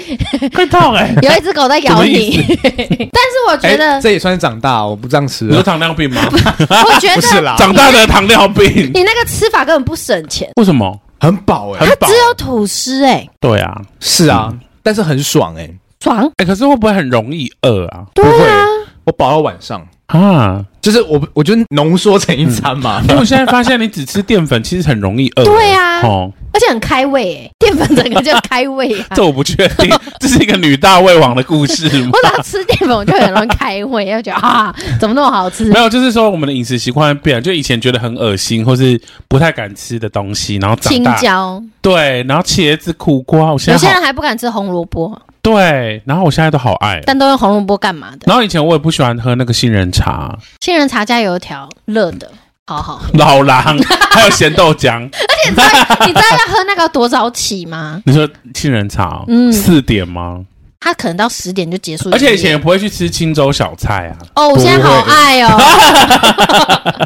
S2: 会痛哎、
S1: 有一只狗在咬你， 但是我觉得，
S3: 哎这也算是长大，我不这样吃
S2: 你说
S3: 了。
S2: 糖尿病吗？
S1: 我觉
S3: 不是
S1: 得
S3: 啦，
S2: 长大的糖尿病，
S1: 你那个吃法根本不省钱，
S2: 为什么？
S3: 很饱哎、
S2: 很
S1: 它
S2: 饱啊
S1: 只有吐司哎，
S2: 对啊，
S3: 是啊，但是很爽哎、
S1: 爽，
S2: 哎、可是会不会很容易饿啊？
S1: 对
S3: 不
S1: 啊，
S3: 会我饱到晚上，
S2: 啊，
S3: 就是我我觉得浓缩成一餐嘛。
S2: 因为我现在发现你只吃淀粉，其实很容易饿。
S1: 对啊
S2: 哦，
S1: 而且很开胃哎， 淀粉整个就开胃 啊。
S2: 这我不确定，这是一个女大胃王的故事 吗
S1: 我？只要吃淀粉，我就很容易开胃，就觉得啊， 怎么那么好吃
S2: 没？有，就是说我们的饮食习惯会变，就以前觉得很恶心或是不太敢吃的东西，然后长
S1: 青
S2: 大
S1: 椒，
S2: 对，然后茄子、苦瓜，我
S1: 有
S2: 现
S1: 些
S2: 在好
S1: 人还不敢吃红萝卜，
S2: 对，然后我现在都好爱。
S1: 但都用红萝卜干嘛的？
S2: 然后以前我也不喜欢喝那个杏仁茶、
S1: 杏仁茶加油条，热的，好 好喝。
S2: 老狼，还有咸豆 浆。
S1: 你知道你知道要喝那个多早起吗？
S2: 你说杏仁茶哦，
S1: 嗯
S2: 四点吗？
S1: 他可能到十点就结束营业。
S2: 而且以前也不会去吃青州小菜啊。
S1: 哦，我现在好爱 哦，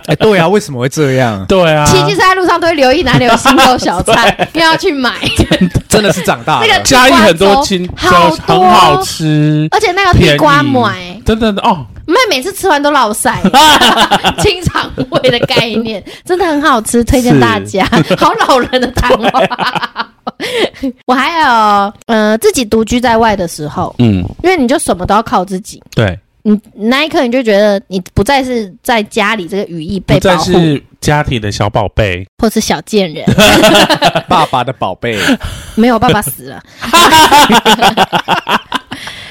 S3: 哎、对啊，为什么会这样？
S2: 对啊，
S1: 骑机车在路上都会留意哪里有新购小 菜，又要去买。
S3: 真的是长大了。
S1: 那个
S2: 嘉义很多青州
S1: 好多
S2: 很好吃，
S1: 而且那个
S2: 便
S1: 地
S2: 宜
S1: 瓜买，
S2: 真的哦，
S1: 妹每次吃完都落 腮，清肠胃的概念真的很好吃，推荐大家。好老人的谈 话。我还有，呃，自己独居在外的时候，
S2: 嗯，
S1: 因为你就什么都要靠自己，
S2: 对，
S1: 你那一刻你就觉得你不再是在家里这个羽翼
S2: 不
S1: 被
S2: 再
S1: 保护，
S2: 是家庭的小宝贝，
S1: 或是小贱 人，
S3: 爸爸的宝贝，
S1: 没有爸爸死 了。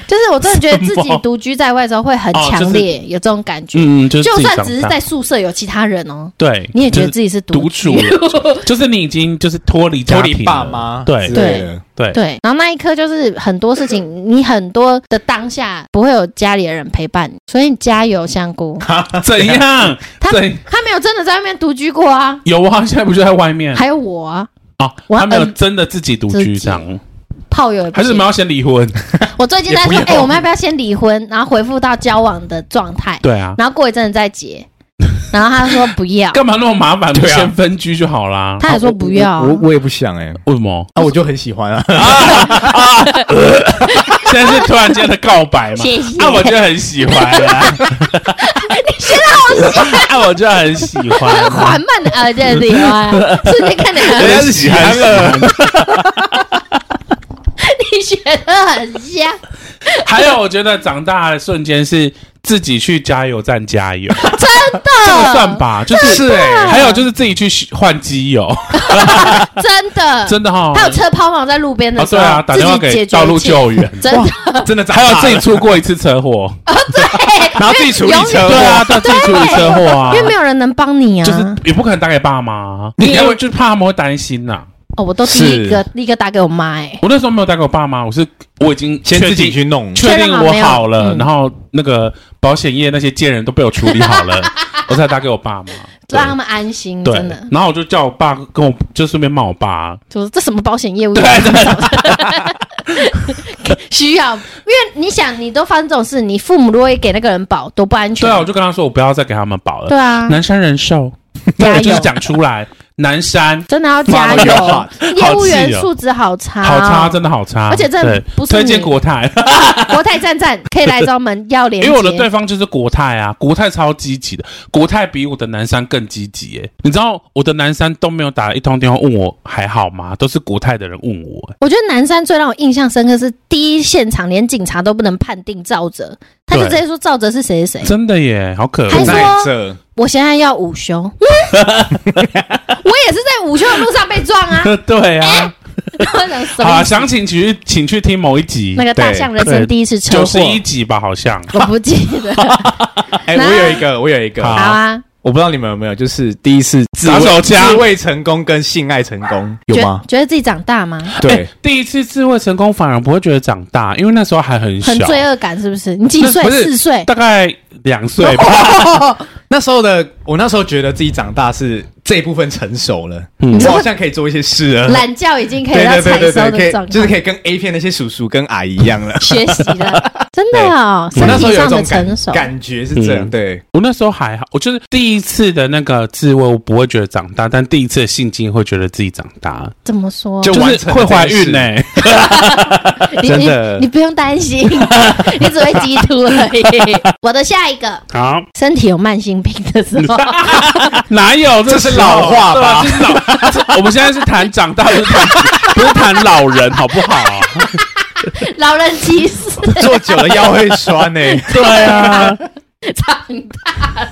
S1: 就是我真的觉得自己独居在外的时候会很
S2: 哦就是
S1: 强烈有这种感觉，
S2: 嗯，就是
S1: 就
S2: 自己
S1: 算
S2: 长
S1: 只是
S2: 大
S1: 在宿舍有其他人哦，
S2: 对，
S1: 你也觉得
S2: 就是
S1: 自己是
S2: 独
S1: 独
S2: 处了，就是你已经就是脱离家
S3: 脱
S2: 庭
S3: 离
S2: 了
S3: 爸妈
S2: 对
S3: 之类的。
S2: 对，
S1: 对，然后那一刻就是很多事情，你很多的当下不会有家里的人陪伴你，所以你加油，香菇。
S2: 怎样？
S1: 他
S2: 对，
S1: 他没有真的在外面独居过啊，
S2: 有啊，现在不就在外面
S1: 还有我啊，
S2: 哦，
S1: 我要
S2: 他没有
S1: 嗯
S2: 真的自己独
S1: 自
S2: 居
S1: 己
S2: 这样，
S1: 炮友也不
S2: 还是
S1: 行
S2: 你们要先离婚？
S1: 我最近在说
S3: 也，不
S1: 哎、
S3: 要
S1: 我们要不要先离婚，然后回复到交往的状态，
S2: 对啊，
S1: 然后过一阵子再结。然后他说不要，
S2: 干嘛那么麻烦？不
S3: 对啊
S2: 先分居就好啦。
S1: 他也说不要啊
S3: 我我我也不想哎、
S2: 为什么？
S3: 啊，我就很喜欢啊，
S2: 现在是突然间的告白嘛
S1: 谢谢，
S2: 那、我就很喜欢啊，那、我就很喜欢
S1: 很
S2: 啊、
S1: 缓慢的啊，这里啊，瞬间看起来
S2: 人
S1: 很
S2: 家是喜欢了。
S1: 你学的很像，
S2: 还有，我觉得长大的瞬间是自己去加油站加油，
S1: 真
S2: 这个算
S1: 的，
S2: 吧，就是
S3: 是欸
S2: 还有就是自己去换 机油，
S1: 真的，
S2: 真的哈、
S1: 还有车抛锚在路边的
S2: 哦，
S1: 时
S2: 对
S1: 候，
S2: 啊，打电话
S1: 自己解
S2: 给
S1: 决
S2: 道路
S1: 一切
S2: 救援，
S1: 真的，
S3: 真的长
S2: 还
S3: 大了，
S2: 有自己出过一次车祸，
S3: 然后自己处理
S1: 永远
S3: 车
S2: 对
S3: 祸。
S2: 啊，对，自己处理车祸啊，
S1: 因为没有人能帮你啊。
S2: 就是也不可能打给爸妈啊，你因为就是怕他们会担心呐、
S1: 哦，我都第一个第一个打给我妈，哎，
S2: 我那时候没有打给我爸妈，我是我已经
S3: 先
S2: 确
S3: 自己
S2: 定
S3: 去弄，
S2: 确定我好
S1: 确认好没
S2: 了，
S1: 有嗯
S2: 然后那个保险业那些贱人都被我处理 好了，我才打给我爸妈。
S1: 让他们安心，
S2: 对
S1: 真的，。
S2: 然后我就叫我爸跟我，就顺便骂我爸。
S1: 就是这什么保险业务
S2: 对对，
S1: 需要，因为你想，你都发生这种事，你父母如果也给那个人保，多不安全
S2: 对。啊，我就跟他说我不要再给他们保了。
S1: 对啊，
S2: 南山人寿，
S1: 加
S2: 对，
S1: 油
S2: 就是讲出来，南山
S1: 真的要加
S2: 妈妈有
S1: 油
S2: 好。
S1: 业务员
S2: 好气哦
S1: 素质好差，
S2: 好差，。真的好差，
S1: 而且这
S2: 对
S1: 不是
S2: 推荐
S1: 你
S2: 国泰，
S1: 国泰站站可以来找我们要连接，
S2: 因为我的对方就是国泰啊，国泰超积极的，国泰比我的南山更积极耶。你知道我的南山都没有打一通电话问我还好吗？都是国泰的人问我耶，
S1: 我觉得南山最让我印象深刻是第一现场连警察都不能判定赵哲，他就直
S2: 对
S1: 接说赵哲是谁谁谁。
S2: 真的耶，好可
S1: 哎还
S2: 恶
S1: 说。
S3: 在这，
S1: 我现在要午休， 嗯我也是在午休的路上被撞啊！
S2: 对啊，
S1: 我想什
S2: 好啊，
S1: 么？
S2: 详情请去请去听某一集，
S1: 那个大象人生第一次车
S2: 九
S1: 祸
S2: 十，一集吧，好像。
S1: 我不记 得。
S3: 哎，我有一个，我有一个，
S1: 好
S2: 好
S1: 啊，
S3: 我不知道你们有没有，就是第一次自
S2: 打
S3: 慰
S2: 手枪
S3: 自慰成功跟性爱成功有
S1: 觉
S3: 吗？
S1: 觉得自己长大吗？
S3: 对
S2: 哎，第一次自慰成功，反而不会觉得长大，因为那时候还很小
S1: 很，罪恶感是不是？你几岁？
S3: 不是
S1: 四岁？
S2: 大概两 岁吧。
S3: 那时候的我，那时候觉得自己长大是这一部分成熟了，
S2: 嗯
S3: 我好像可以做一些事啊了。
S1: 懒觉已经可以
S3: 对
S1: 到
S3: 对
S1: 采
S3: 对对
S1: 收
S3: 对，可
S1: 的状
S3: 以
S1: 态，
S3: 就是可以跟 A 片那些叔叔跟阿姨一样了。
S1: 学习了，真的哦，
S3: 我
S1: 身
S3: 那时候
S1: 体
S3: 有
S1: 上
S3: 一种
S1: 的
S3: 感
S1: 成熟。
S3: 感觉是这样，
S2: 嗯
S3: 对，
S2: 我那时候还好，我就是第一次的那个自慰，我不会觉得长大，但第一次的性经验会觉得自己长大，
S1: 怎么说？
S3: 就
S2: 就
S3: 完
S2: 是
S3: 成了
S2: 会怀
S3: 这件事
S2: 孕呢、欸
S1: 你
S3: 真
S1: 你
S3: 的
S1: 你不用担心， 你只会激突而 已。我的下一个，
S2: 好，
S1: 身体有慢性病的时 候，
S2: 啊哪有？这
S3: 是老话吧
S2: 对啊这是老。我们现在是谈长大，不是谈不是谈老人，好不好？
S1: 老人歧视
S3: 做久了腰会酸欸呢、
S2: 对啊，
S1: 长大了，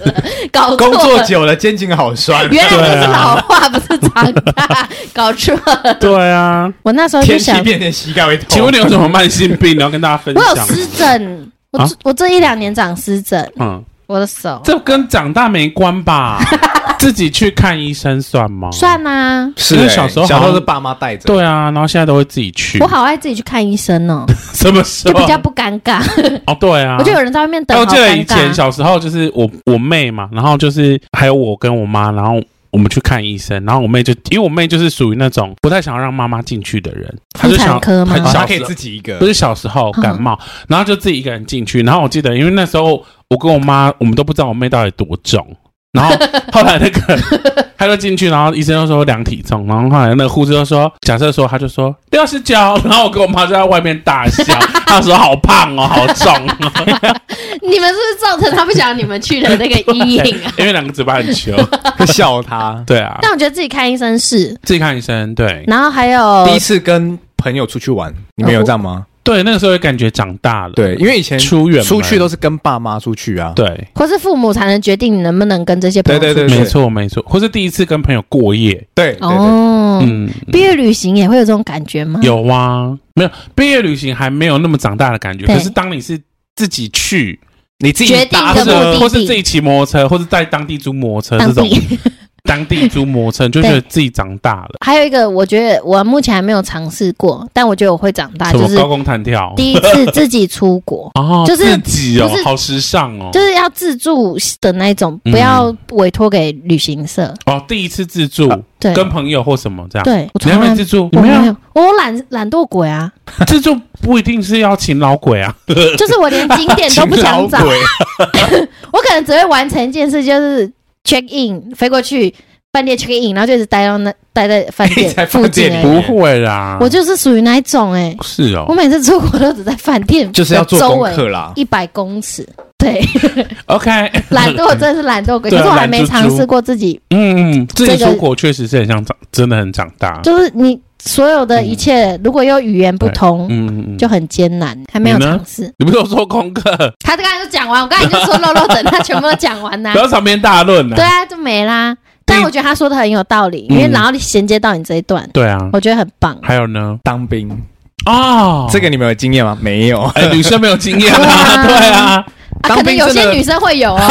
S1: 搞错
S3: 工
S1: 了
S3: 作久了肩颈好酸，
S1: 原来
S2: 对
S1: 这是
S2: 啊
S1: 老话，不是长大，搞错了。
S2: 对啊。
S1: 我那时候就
S3: 天气
S1: 想，
S3: 变天膝盖会痛。
S2: 请问你有什么慢性病？你要跟大家分
S1: 我有
S2: 享？
S1: 湿疹，我
S2: 啊
S1: 这我这一两年长湿疹，
S2: 嗯，
S1: 我的手
S2: 这跟长大没 关吧？自己去看医生算吗？。
S1: 算啊，
S3: 是
S2: 因为
S3: 欸
S2: 小时候
S3: 小
S2: 好
S3: 时
S2: 像
S3: 候是爸妈带着，
S2: 对啊，然后现在都会自己去
S1: 我。好爱自己去看医生 哦，
S2: 什么时
S1: 就
S2: 候
S1: 比？较不尴尬。
S2: 哦，对啊。
S1: 我就有人在外面等，
S2: 哎
S1: 好
S3: 哦
S2: 我记得以
S1: 尴
S2: 前
S1: 尬。
S2: 小时候，就是我我妹嘛，然后就是还有我跟我妈，然后我们去看医生，然后我妹就因为我妹就是属于那种不太想要让妈妈进去的人，她就
S1: 妇产
S2: 想
S1: 科吗嗯
S2: 很
S3: 哦
S2: 小
S3: 他可
S2: 时
S3: 以
S2: 候
S3: 自己一个
S2: 不，是小时候感冒，然后就自己一个人进去，然后我记得因为那时候我跟我妈，我们都不知道我妹到底多重。然后后来那个，她就进去，然后医生就说量体重，然后后来那个护士就说，假设说，她就说六十九，然后我跟我妈就在外面大笑，她说好胖哦，好重哦，
S1: 你们是不是造成他不想你们去的 那个阴影啊？
S2: 因为两个嘴巴 很球。
S3: 会 笑他。
S2: 对啊，
S1: 但我觉得自己看医生是，
S2: 自己看医生。对
S1: 然后还有
S2: 呃
S3: 第一次跟朋友出去玩，你们有这样吗？
S2: 对，那个时候也感觉长大了。
S3: 对，因为以前
S2: 哦出远门
S3: 出去都是跟爸妈出去啊。
S2: 对，
S1: 或是父母才能决定你能不能跟这些朋友
S3: 对对
S1: 出去
S2: 没错没错，或是第一次跟朋友过夜，
S3: 对对对，
S1: 哦。
S2: 嗯，
S1: 毕业旅行也会有这种感觉吗？
S2: 有啊，没有毕业旅行还没有那么长大的感觉，
S1: 对
S2: 可是当你是自己去，
S3: 你自
S1: 决
S3: 己
S1: 定
S3: 搭
S2: 或
S1: 一个目的
S2: 是
S1: 地
S2: 或是自己骑摩托车，或是在当地租摩托车这
S1: 当
S2: 种
S1: 地
S2: 当地租摩托 车，你就觉得自己长大了，
S1: 还有一个，我觉得我目前还没有尝试过，但我觉得我会长大，
S2: 什
S1: 啊就
S2: 么
S1: 是
S2: 高空弹跳。，
S1: 第一次自己出国
S2: 哦，
S1: 就是
S2: 自己哦
S1: 不是，
S2: 好时尚哦！
S1: 就是要自助的那种，
S2: 嗯
S1: 不要委托给旅行社。
S2: 哦，第一次自助，
S1: 对
S2: 跟朋友或什么这样。
S1: 对，我
S2: 你还
S1: 从
S2: 没
S1: 来
S2: 自助？
S1: 我没有，我懒懒惰鬼啊，
S2: 自助不一定是要请老鬼啊。
S1: 就是我连景点都不想找
S3: 勤劳，鬼
S1: 我可能只会完成一件事，就是 check in 飞过去。饭店 check in，然后就一直待到那待在饭 店
S3: 在
S1: 附
S3: 饭店
S1: 近
S3: 里
S1: 而已。
S2: 不会啦，
S1: 我就是属于哪一种哎、
S2: 是哦
S1: 我，每次出国都只在饭店，
S3: 就是要做
S1: 周
S3: 功
S1: 围
S3: 课啦。
S1: 一百公尺。 对，
S2: OK，
S1: 懒惰真的是懒惰鬼，可
S2: 对啊
S1: 是我还没
S2: 懒猪猪
S1: 尝试过自己，
S2: 嗯，自己
S1: 这个
S2: 出国确实是很想长，真的很长大。
S1: 就是你所有的一切，如果又语言不通，
S2: 嗯嗯，嗯
S1: 就很艰难，还没有
S2: 你呢
S1: 尝试。
S2: 你不是有做 功课，
S1: 他刚才就讲完，我刚才就说肉肉等他全部都讲完啦
S2: 不，要长篇大论
S1: 啊对
S2: 啦。
S1: 啊，就没啦。但我觉得他说的很有道理，
S2: 嗯
S1: 因为然后你衔接到你这一段，
S2: 对
S3: 嗯
S2: 啊，
S1: 我觉得很棒。
S2: 还有呢？
S3: 当兵，
S2: 哦，。
S3: 这个你们有经验吗？没有
S2: 哎，女生没有经验
S1: 对啊
S2: 啊， 对啊，
S1: 啊，
S3: 当
S1: 可能
S3: 兵
S1: 有
S3: 真
S1: 些
S3: 的
S1: 女生会有 哦，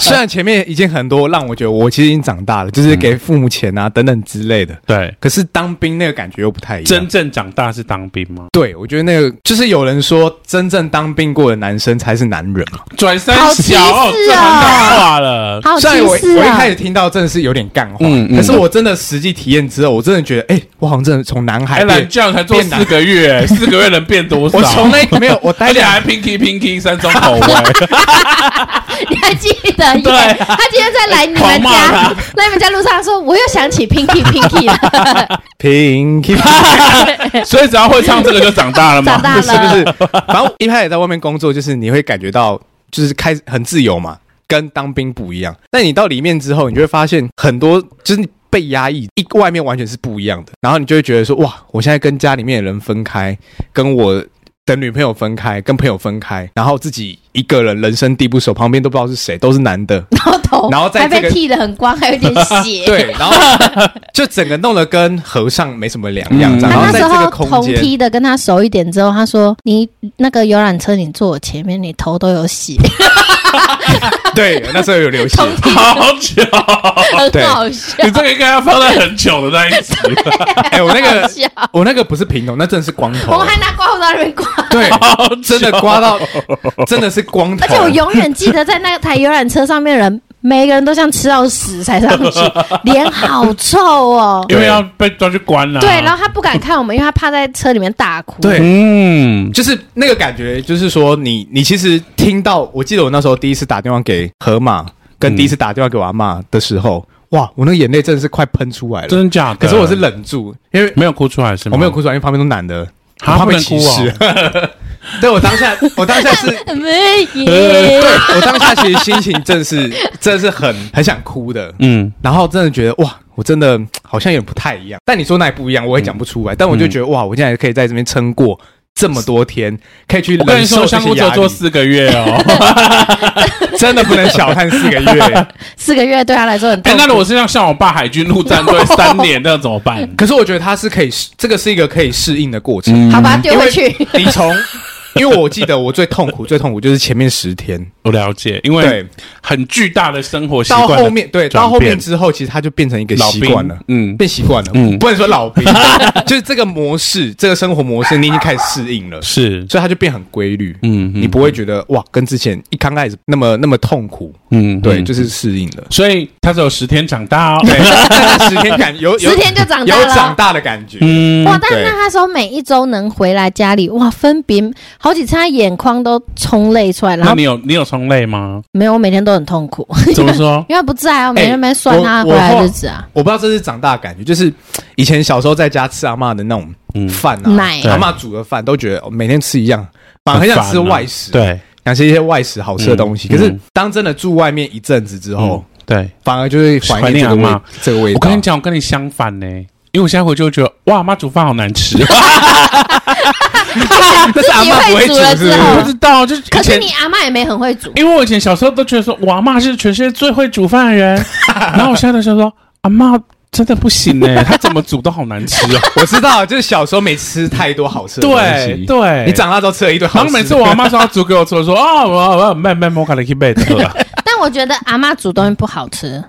S3: 虽然前面已经很多让我觉得我其实已经长大了，就是给父母钱啊等等之类的，
S2: 对，
S3: 可是当兵那个感觉又不太一样。
S2: 真正长大是当兵吗？
S3: 对，我觉得那个就是有人说，真正当兵过的男生才是男人嘛。
S2: 转三
S1: 好歧视啊
S2: 小，哦这很感化了。
S1: 好
S3: 虽然我
S1: 歧视
S3: 我一开
S1: 啊！
S3: 始听到真的是有点干话，
S2: 嗯嗯
S3: 可是我真的实际体验之后，我真的觉得，哎、我好像真的从男孩
S2: 哎，懒
S3: 变，
S2: 觉才做
S3: 变
S2: 四个月，四个月能变多少？
S3: 我从那 没有我待
S2: 而且
S3: 两
S2: 还 pinky pinky 三种 口味，
S1: 你还记得耶？
S2: 对啊
S1: 他今天在来你
S3: 哎
S1: 们
S2: 狂骂
S1: 家
S3: 啊
S2: 他，
S1: 来你们家路上说，我又想起 Pinky Pinky 了，
S3: Pinky，
S2: 所以只要会唱这个就长大了
S1: 长
S2: 嘛。
S1: 大
S3: 不是不
S1: 了，
S3: 是，反正一开始在外面工作，就是你会感觉到就是开始很自由嘛，跟当兵不一样。但你到里面之后，你就会发现很多就是。被压抑，一外面完全是不一样的，然后你就会觉得说，哇，我现在跟家里面的人分开，跟我的女朋友分开，跟朋友分开，然后自己一个人人生地不熟，旁边都不知道是谁，都是男 的，
S1: 然后头
S3: 然后在
S1: 还
S3: 这
S1: 被
S3: 个
S1: 剃得很光，还有一 点血。
S3: 对，然后就整个弄得跟和尚没什么两样，
S2: 嗯
S3: 然
S1: 他
S3: 后
S1: 那
S3: 在
S1: 时
S3: 这
S1: 候
S3: 个
S1: 同
S3: 空间，
S1: 梯的跟他熟一点之后，他说：“你那个游览车，你坐我前面，你头都有血，
S3: 对，那时候有流血
S1: 同，
S2: 好久，
S1: 很
S3: 哦对
S1: 好笑。
S2: 你这个应该要放在很久的那一 集。
S3: 哎、我那
S1: 好
S3: 个
S1: 笑
S3: 我哦那个不是平头，那真的是光”头
S1: 我，还拿刮胡刀在那边刮，
S3: 对，
S2: 好哎久
S3: 真的刮到，真的是光头，
S1: 而且我永远记得在那台游览车上面的人，每个人都像吃到屎才上 去，脸好臭哦。
S2: 因为要被抓去关了。啊
S1: 对，然后他不敢看我们，因为他怕在车里面大哭。
S3: 对
S2: 嗯，
S3: 就是那个感觉，就是说你你其实听到，我记得我那时候第一次打电话给河马，跟
S2: 嗯
S3: 第一次打电话给我阿妈的时候，哇，我那个眼泪真的是快喷出来了，
S2: 真的假的？
S3: 可是我是忍住，因为
S2: 没有哭出来是吗？
S3: 我没有哭出来，因为旁边都男的。
S2: 哈，
S3: 怕
S2: 不
S3: 被
S2: 能哭
S3: 歧视
S2: 哦。。
S3: 对我当下，我当下是，
S1: 没
S3: 对
S1: 耶，
S3: 我当下其实心情正是，真的是很很想哭的。
S2: 嗯，
S3: 然后真的觉得哇，我真的好像有点不太一样。但你说那也不一样，我也讲不出来。但我就觉得哇，我现在可以在这边撑过这么多天，可以去
S2: 我跟你
S3: 忍
S2: 说，
S3: 受
S2: 我
S3: 这
S2: 香菇
S3: 些
S2: 只有
S3: 压
S2: 做
S3: 力，
S2: 四个月 哦。
S3: 真的不能小看四个月。
S1: 四个月对他来说很
S2: 哎
S1: 痛，
S2: 那如
S1: 苦。
S2: 果是像像我爸海军陆战 队三年，那怎么办？
S3: 可是我觉得它是可以适，这个是一个可以适应的过程。
S2: 嗯
S1: 好吧，
S3: 因
S1: 丢
S3: 为
S1: 回去。
S3: 你从，因为我记得我最痛苦，最痛苦就是前面十天，
S2: 我了解，因为
S3: 对，
S2: 很巨大的生活习
S3: 到
S2: 惯的
S3: 后面对，
S2: 转
S3: 到后面
S2: 变
S3: 之后，其实它就变成一个
S2: 老
S3: 习
S2: 兵
S3: 惯了。
S2: 嗯，
S3: 变习惯了，
S2: 嗯
S3: 不能说老兵， 就是这个模式，这个生活模式，你已经开始适应了，
S2: 是，
S3: 所以它就变很规律。
S2: 嗯，嗯
S3: 你不会觉得哇，跟之前一刚开始那么那么痛苦，
S2: 嗯，
S3: 对，
S2: 嗯
S3: 就是适应了。
S2: 所以他只有十天长大哦。
S3: 对，但是十天感有 有
S1: 十天就长大
S3: 有长
S1: 了。
S3: 大的感觉，
S2: 嗯，
S1: 哇！但
S3: 对
S1: 那他说每一周能回来家里，哇，分别好几次他眼眶都冲泪出来，然
S2: 那
S1: 后
S2: 你有你有冲泪吗？
S1: 没有，我每天都很痛苦，
S2: 怎么 说？
S1: 因为他不在啊，我每天在那边算他回来的日子啊，
S3: 哎我不知道这是长大的感觉，就是以前小时候在家吃阿嬷的那种
S2: 嗯
S3: 饭啊
S1: 奶，
S2: 对
S3: 阿嬷煮的饭都觉得哦每天吃一样，反而很想吃
S2: 烦啊
S3: 外食，，
S2: 对，
S3: 想吃一些外食好吃的东西。
S2: 嗯
S3: 可是
S2: 嗯
S3: 当真的住外面一阵子之后
S2: 嗯，对。
S3: 反而就会怀念
S2: 怀
S3: 这个
S2: 念阿
S3: 味
S2: 嬷
S3: 这个味
S2: 我
S3: 道
S2: 跟 你。讲，我跟你相反呢，因为我现在回去就觉得，哇，妈煮饭好难 吃。
S3: 但是阿嬷不会
S1: 自己会煮
S3: 煮，
S1: 了
S3: 是不
S1: 之
S3: 是
S1: 后
S2: 我不知道，就是以
S1: 可是
S2: 前
S1: 你，阿妈也没很会煮，
S2: 因为我以前小时候都觉得说，我阿妈是全世界最会煮饭的 人，然后我现在就说，阿妈真的不行 呢，她怎么煮都好难吃哦。
S3: 我知道，就是小时候没吃太多好吃的东
S2: 对
S3: 西，
S2: 对，
S3: 你。长大之后吃了一堆好
S2: 然
S3: 吃
S2: 后
S3: 的，
S2: 每次我阿妈说要煮给我吃，我说哦，我我慢慢我可能去备的。
S1: 但我觉得阿妈煮东西不好吃。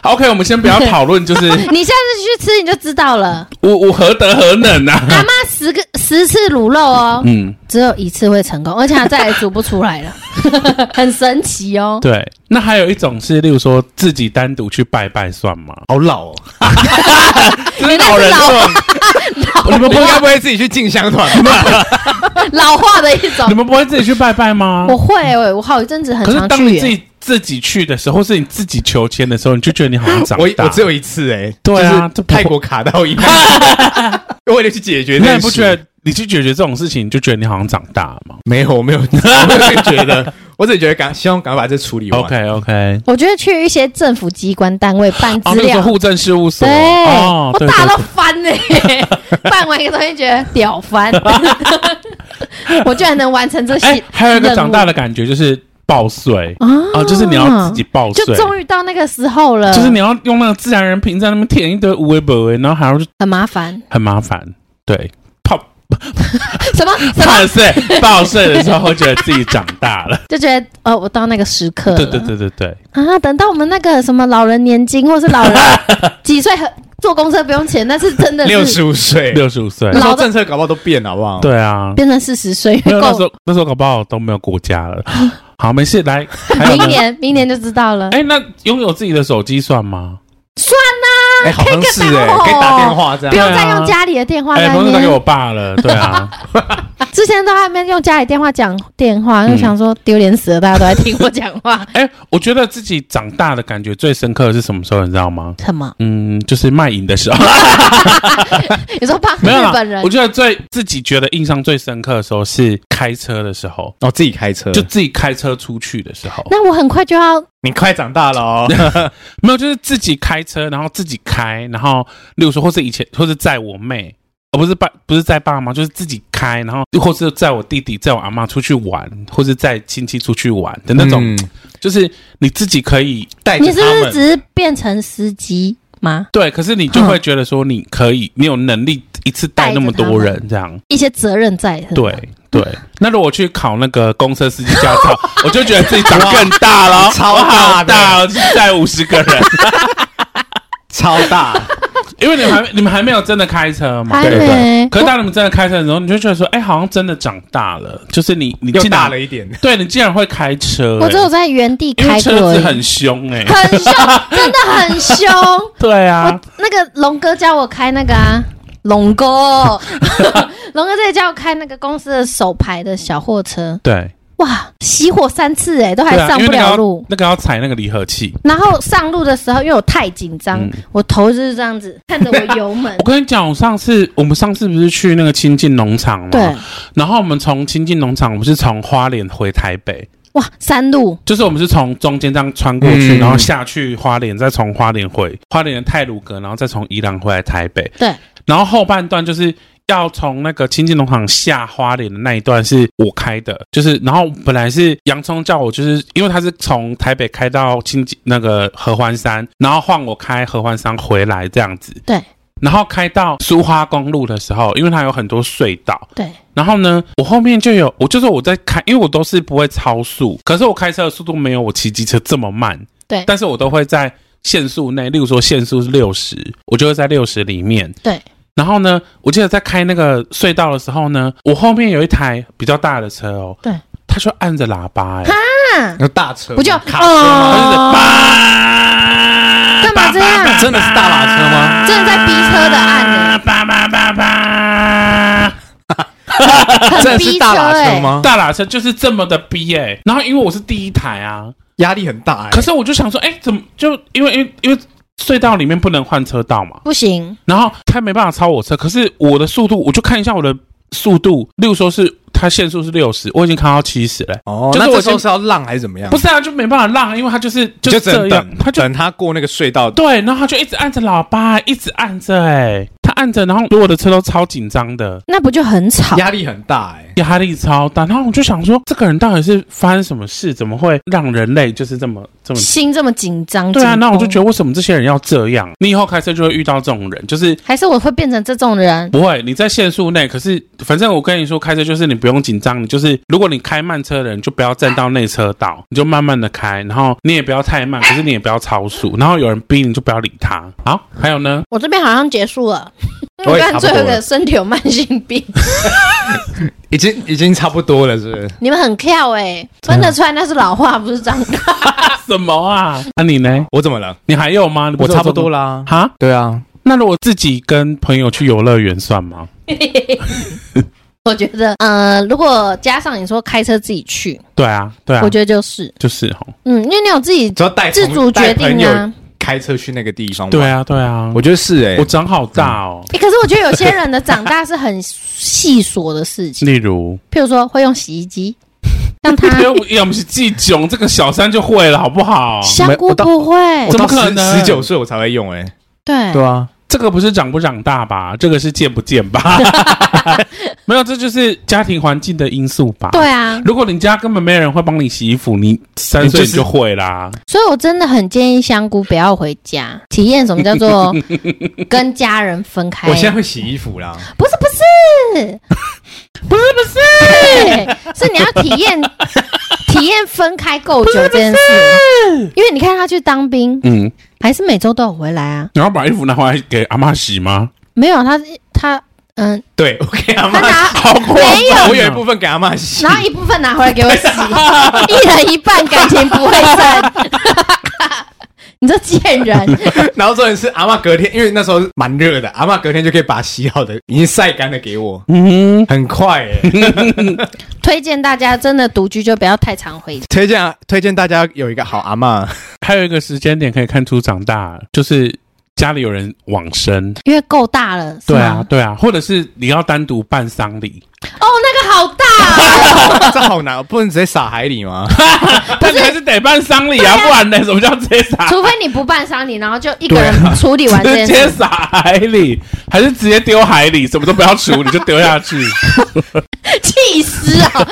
S2: 好 OK，我们先不要讨论，就是
S1: 你下次去吃你就知道了。
S2: 我我何德何能
S1: 阿
S2: 啊？
S1: 妈十个十次卤肉哦，
S2: 嗯，
S1: 只有一次会成功，而且她再也煮不出来了， 很神奇哦。
S2: 对。那还有一种是，例如说自己单独去拜拜算吗？
S3: 好老 哦，
S2: 这是
S1: 那
S2: 老
S1: 是
S2: 人哦
S1: 老
S2: 的， 哦
S3: 你们不该不会自己去进香团吧？
S1: 老化的一
S2: 你
S1: 种。
S2: 们不会自己去拜拜吗
S1: 我？会、我好一阵子很
S2: 可是
S1: 常
S2: 当
S1: 去
S2: 你
S1: 耶、
S2: 自己自己去的时候，或是你自己求签的时候，你就觉得你好像长
S3: 我
S2: 大。
S3: 我只有一次哎、
S2: 对啊这
S3: 就是
S2: 不
S3: 泰国卡到 一半，为了去解决
S2: 那
S3: 那
S2: 你不觉
S3: 得？
S2: 得你去解决这种事情，你就觉得你好像长大了吗
S3: 没 有，我没有，我没有觉得，我只是觉得赶希望赶快把这处理完。
S2: ？OK OK，
S1: 我觉得去一些政府机关单位 办
S2: 哦
S1: 资，
S2: 那个
S1: 料，
S2: 户政事务所，
S1: 对，
S2: 哦，
S1: 我
S2: 对
S1: 打
S2: 对
S1: 到翻呢、 办完一个东西觉得屌翻， 我居然能完成这些、
S2: 哎、还有一个长大的感觉就是报税
S1: 啊
S2: 啊，就是你要自己报税，
S1: 就终于到那个时候了，
S2: 就是你要用那个自然人凭在那边填一堆无微不微，然后还要
S1: 很麻 烦，
S2: 很麻烦。对，泡
S1: 什么 什么
S2: 报税报税的时候会觉得自己长大 了。
S1: 就觉得哦，我到那个时刻了，
S2: 对对对对对，
S1: 啊，等到我们那个什么老人年金或是老 人几岁很坐公车不用钱，那是真的
S3: 六
S1: 是
S3: 十五岁，
S2: 六十五岁
S3: 那，时
S1: 老
S3: 候
S1: 的
S3: 政策搞不好都变了，好不好？，
S2: 对啊，
S1: 变成四十岁
S2: 没有那
S1: 够
S2: 时候那时候搞不好都没有国 家了。好，没事，来，还有
S1: 明
S2: 呢？
S1: 年明年就知道了。
S2: 哎、那拥有自己的手机算吗？
S1: 算啦、
S3: 哎，好像是哎、
S1: 可
S3: 可
S1: 以打
S3: 以打
S1: 电
S3: 电话这
S1: 不
S2: 对
S3: 样。
S2: 啊
S1: 用再用家里的电话
S2: 哎、
S1: 在
S2: 不
S1: 那
S2: 用再
S1: 边
S2: 给，我爸了，对 啊，
S1: 之前都还没用家里电话讲电话，
S2: 嗯。
S1: 就想说丢脸死了，大家都在听我讲话
S2: 哎、我觉得自己长大的感觉最深刻的是 什么时候，你知道吗？
S1: 什么？
S2: 嗯，就是卖淫的时候，
S1: 你说帮
S2: 没有
S1: 日
S2: 啦
S1: 本人
S2: 我？觉得最自己觉得印象最深刻的时候是开车的时候，
S3: 哦，自己开车，
S2: 就
S3: 就
S2: 自己开车出去的时候，
S1: 那我很快就要
S3: 你快长大了哦。
S2: 嗯没有，就是自己开车，然后自己开，然后例如说，或是以前，或是载我妹，而不是爸，不是载爸妈，就是自己开，然后或是载我弟弟、载我阿妈出去玩，或是载亲戚出去玩的那种，
S3: 嗯
S2: 就是你自己可以带着
S1: 你
S2: 他
S1: 是不是
S2: 们
S1: 只是变成司机吗？
S2: 对，可是你就会觉得说，你可以，你有能力一次带那么多人这样。
S1: 一些责任在。是吗，
S2: 对对，那如果去考那个公车司机驾照， 我就觉得自己长更大了，
S3: 超
S2: 我好
S3: 大的
S2: 大哦，就是载五十个人。
S3: 超大，
S2: 因为你们还你们还没有真的开车嘛，
S1: 还
S3: 对
S1: 没
S3: 对。
S2: 可是当你们真的开车的时候，你就觉得说，哎、好像真的长大了，就是你 你
S3: 又
S2: 竟然
S3: 大了，一点。
S2: 对你竟然会开车、
S1: 我只有
S2: 哎
S1: 在原地
S2: 因为
S1: 开
S2: 车
S1: 过而
S2: 子
S1: 已，
S2: 很凶哎、
S1: 很凶，真的很凶。
S2: 对啊
S1: 我，那个龙哥教我开那个啊，龙哥， 龙哥这里教我开那个公司的手牌的小货车，
S2: 对，
S1: 哇，熄火三次哎、都还
S2: 对啊，
S1: 上
S2: 因为
S1: 不
S2: 那个
S1: 了
S2: 要
S1: 路。
S2: 那个要踩那个离合器。
S1: 然后上路的时候，因为我太紧张，
S2: 嗯
S1: 我头就是这样子看着我油 门
S2: 我，跟你讲，我上次我们上次不是去那个亲近农场吗？
S1: 对，
S2: 然后我们从亲近农场，我们是从花莲回台北，
S1: 哇，山路
S2: 就是我们是从中间这样穿过去，
S3: 嗯
S2: 然后下去花莲，再从花莲回花莲的泰鲁阁，然后再从宜兰回来台北。
S1: 对，
S2: 然后后半段就是要从那个亲近农场下花莲的那一段是我开的，就是然后本来是洋葱叫我，就是因为他是从台北开到亲近那个合欢山，然后换我开合欢山回来这样子。
S1: 对。
S2: 然后开到苏花公路的时候，因为它有很多隧道，
S1: 对，
S2: 然后呢，我后面就有，我就是我在开，因为我都是不会超速，可是我开车的速度没有我骑机车这么慢。
S1: 对
S2: 但是我都会在限速内，例如说限速是六十，我就会在六十里面。
S1: 对。
S2: 然后呢，我记得在开那个隧道的时候呢，我后面有一台比较大的车哦，
S1: 对，
S2: 他就按着喇叭、欸，
S1: 哈
S3: 有大车吗，
S1: 不就
S3: 卡车吗？
S2: 他就是
S1: 哦干嘛这样
S2: 叭，叭叭叭叭
S3: 真的是大喇车吗
S1: 真的在逼车的按欸
S2: 叭叭叭叭。
S1: 很
S3: 真的
S1: 逼
S3: 是
S1: 车
S3: 大
S1: 哎、
S3: 喇车吗？
S2: 大喇车就是这么的逼哎、然后因为我是第一台啊，
S3: 压力很大哎。
S2: 可是我就想说，哎、怎么就因为因为因为隧道里面不能换车道嘛，
S1: 不行，
S2: 然后他没办法超我车，可是我的速度，我就看一下我的速度，例如说是他限速是六十，我已经开到七十了欸、
S3: 哦，
S2: 就是
S3: 那
S2: 我
S3: 这时
S2: 先
S3: 候是要让还是怎么样？
S2: 不是啊，就没办法让，因为他就是
S3: 你
S2: 是
S3: 只
S2: 这
S3: 能
S2: 样
S3: 等，，
S2: 他就
S3: 等他过那个隧道。
S2: 对，然后他就一直按着喇叭，一直按着、哎，他按着，然后我的车都超紧张的。
S1: 那不就很吵？
S3: 压力很大哎、
S2: 压力超大，然后我就想说，这个人到底是发生什么事？怎么会让人类就是这么这么
S1: 心这么紧张，
S2: 对啊，
S1: 紧绷
S2: 那我就觉得为什么这些人要这样？你以后开车就会遇到这种人，就是
S1: 还是我会变成这种人，
S2: 不会你在限速内，可是反正我跟你说，开车就是你不用紧张，你就是如果你开慢车的人，就不要站到内车道，你就慢慢的开，然后你也不要太慢，可是你也不要超速，然后有人逼你就不要理他。好，还有呢，
S1: 我这边好像结束了，因为
S3: 我
S1: 我
S3: 也
S1: 刚
S3: 差
S1: 才
S3: 不多
S1: 最后一个
S3: 了
S1: 身体有慢性病，
S3: 已经已经差不多了，是不是？
S1: 你们很跳哎、分得出来那是老话，不是脏话。
S2: 什么啊？那、你呢？
S3: 我怎么了？
S2: 你还有吗？你
S3: 我差不多
S2: 了。
S3: 啦。
S2: 哈，
S3: 对啊，
S2: 那如果自己跟朋友去游乐园算吗？
S1: 我觉得，呃，如果加上你说开车自己去，
S2: 对啊，对啊
S1: 我，觉得就是，
S2: 就是哦，
S1: 嗯，因为你有自己
S3: 只要带
S1: 自主决
S3: 带朋
S1: 定
S3: 友
S1: 啊。
S3: 开车去那个地方。
S2: 对，啊，对啊，
S3: 我觉得是哎、
S2: 我长好大哦。
S1: 欸可是我觉得有些人的长大是很细琐的事情，
S2: 例如，
S1: 譬如说会用洗衣机，像他
S2: 要不要不是季囧这个小三就会了，好不好？
S1: 香菇不会
S3: 我，
S2: 怎
S3: 到
S2: 么可能
S3: 十九岁我才会用哎、
S1: 对
S3: 对啊，
S2: 这个不是长不长大吧？这个是健不健吧？没有，这就是家庭环境的因素吧。
S1: 对啊，
S2: 如果你家根本没有人会帮你洗衣服，你三岁你
S3: 你就是
S2: 就会啦。
S1: 所以我真的很建议香菇不要回家，体验什么叫 做跟家人分开。
S3: 我现在会洗衣服啦。
S1: 不是不是不是不是，是你要体验 体验分开够久这件事，因为你看他去当兵，
S2: 嗯，
S1: 还是每周都有回来啊？
S2: 你要把衣服拿回来给阿妈洗吗？
S1: 没有他他嗯，
S3: 对，我给阿
S1: 他
S3: 妈，
S1: 拿
S2: 好过
S1: 没啊有
S3: 我有一部分给阿妈洗
S1: 然。后一部分拿回来给我洗，一人一半，感情不会深。 你这贱人！
S3: 然后重点是阿妈隔天，因为那时候蛮热的，阿妈隔天就可以把洗好的已经晒干的给我，
S2: 嗯，
S3: 很快哎、
S1: 推荐大家真的独居就不要太常回家。
S3: 推荐啊推荐大家有一个好 阿妈，
S2: 还有一个时间点可以看出长大，就是家里有人往生。
S1: 因为够大了，是
S2: 对
S1: 吗
S2: 啊，，对啊，或者是你要单独办丧礼，
S1: 哦，那个好大、啊，
S3: 这好难，不能直接撒海 里吗？
S2: 但你还是得办丧礼啊，
S1: 对啊
S2: 不然呢，什么叫直接 撒？
S1: 除非你不办丧礼，然后就一个人处理完这
S2: 啊
S1: 件
S2: 直接
S1: 事。
S2: 撒海里，还是直接丢海里，什么都不要处理就丢 下去，
S1: 气死啊！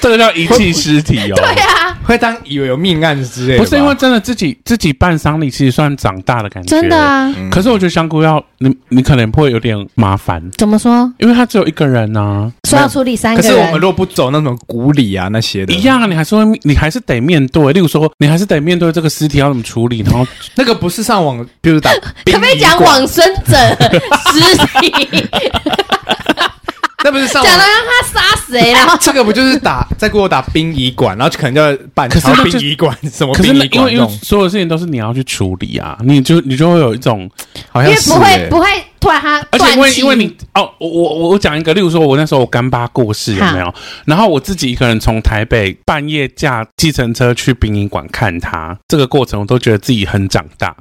S2: 这个叫遗弃尸体哦。
S1: 对啊，
S3: 会当以为有命案之类的吧，
S2: 不是因为真的自己自己办丧礼，其实算长大的感觉。
S1: 真的。啊，
S2: 可是我觉得香菇要你，你可能会有点麻烦，
S1: 怎么说？
S2: 因为他只有一个人啊，
S1: 说要处理三
S3: 可
S1: 个
S3: 是我们
S1: 人，
S3: 如果不走那种古礼啊那些的，
S2: 一样啊，你还是会，你还是得面对。例如说，你还是得面对这个尸体要怎么处理，然后
S3: 那个不是上网，比如打
S1: 可不可以讲
S3: 殡仪馆
S1: 往，生者尸 体？
S3: 那不是上
S1: 讲
S3: 网
S1: 到。让他杀谁，然后
S3: 这个不就是打在给我打殡仪馆，然后可能就办
S2: 可是
S3: 成
S2: 那就
S3: 殡仪馆什么
S2: 可是
S3: 殡
S2: 那
S3: 仪
S2: 因为
S3: 馆
S2: 因
S3: 那
S2: 为
S3: 种，
S2: 所有事情都是你要去处理啊，你就你就会有一种，
S3: 好
S1: 因
S3: 像
S1: 为
S3: 是
S1: 不
S3: 欸
S1: 会不会突然他
S2: 而且
S1: 断
S2: 因为
S1: 气，
S2: 因为你哦，我我我我讲一个，例如说，我那时候我干爸过世有没有？然后我自己一个人从台北半夜驾计程车去殡仪馆看他，这个过程我都觉得自己很长大。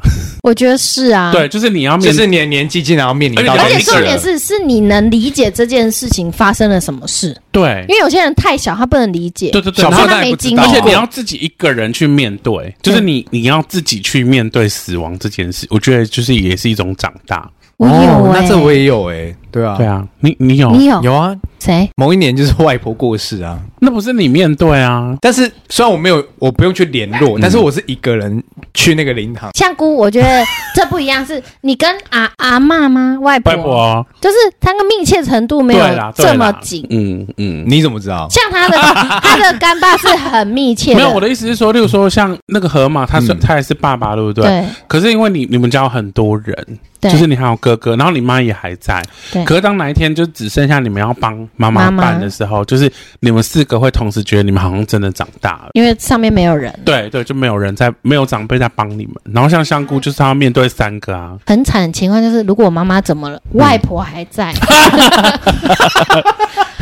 S1: 我觉得是啊，
S2: 对，就是你要
S3: 就
S2: 面
S3: 是你的年纪竟然要面临到
S2: 而
S1: 而且
S3: 这件
S2: 你
S3: 事
S2: 个
S1: 重
S2: 人
S1: 点是，是你能理解这件事情发生了什么事，
S2: 对
S1: 因为有些人太小，他不能理解，
S2: 对对对，
S3: 小
S2: 然
S3: 朋
S2: 后
S3: 友
S1: 他
S3: 当然
S1: 没
S3: 不知
S1: 经
S3: 道
S1: 历
S2: 而
S1: 过
S2: 且你要自己一个人去面对，就是你你要自己去面对死亡这件事，我觉得就是也是一种长大。
S1: 我有
S3: 哦，
S1: 哎，
S3: 那这我也有哎，对啊
S2: 欸对，啊，你你有
S1: 你有
S3: 有啊，
S1: 谁？
S3: 某一年就是外婆过世啊，
S2: 那不是你面对啊？
S3: 但是虽然我没有，我不用去联络，
S2: 嗯
S3: 但是我是一个人去那个灵堂，
S1: 香菇，我觉得这不一样，是你跟阿阿妈吗？外婆，
S2: 外婆，
S1: 就是他的密切程度没有
S2: 对啦对啦
S1: 这么紧。
S2: 嗯嗯。
S3: 你怎么知道？
S1: 像他 的他的干爸是很密切的，
S2: 没有，我的意思是说，例如说像那个河马，他是、
S3: 嗯
S2: 他也是爸爸，对不对？
S1: 对
S2: 可是因为你你们家有很多人，
S1: 对，
S2: 就是你还有哥哥，然后你妈也还在
S1: 对。
S2: 可是当哪一天就只剩下你们要帮妈妈
S1: 妈妈
S2: 办的时候，就是你们四个会同时觉得你们好像真的长大了。
S1: 因为上面没有人，
S2: 对对，就没有人在，没有长辈在帮你们。然后像香菇，就是他要面对三个啊，
S1: 很惨的情况就是，如果我妈妈怎么了，
S2: 嗯
S1: 外婆还 在，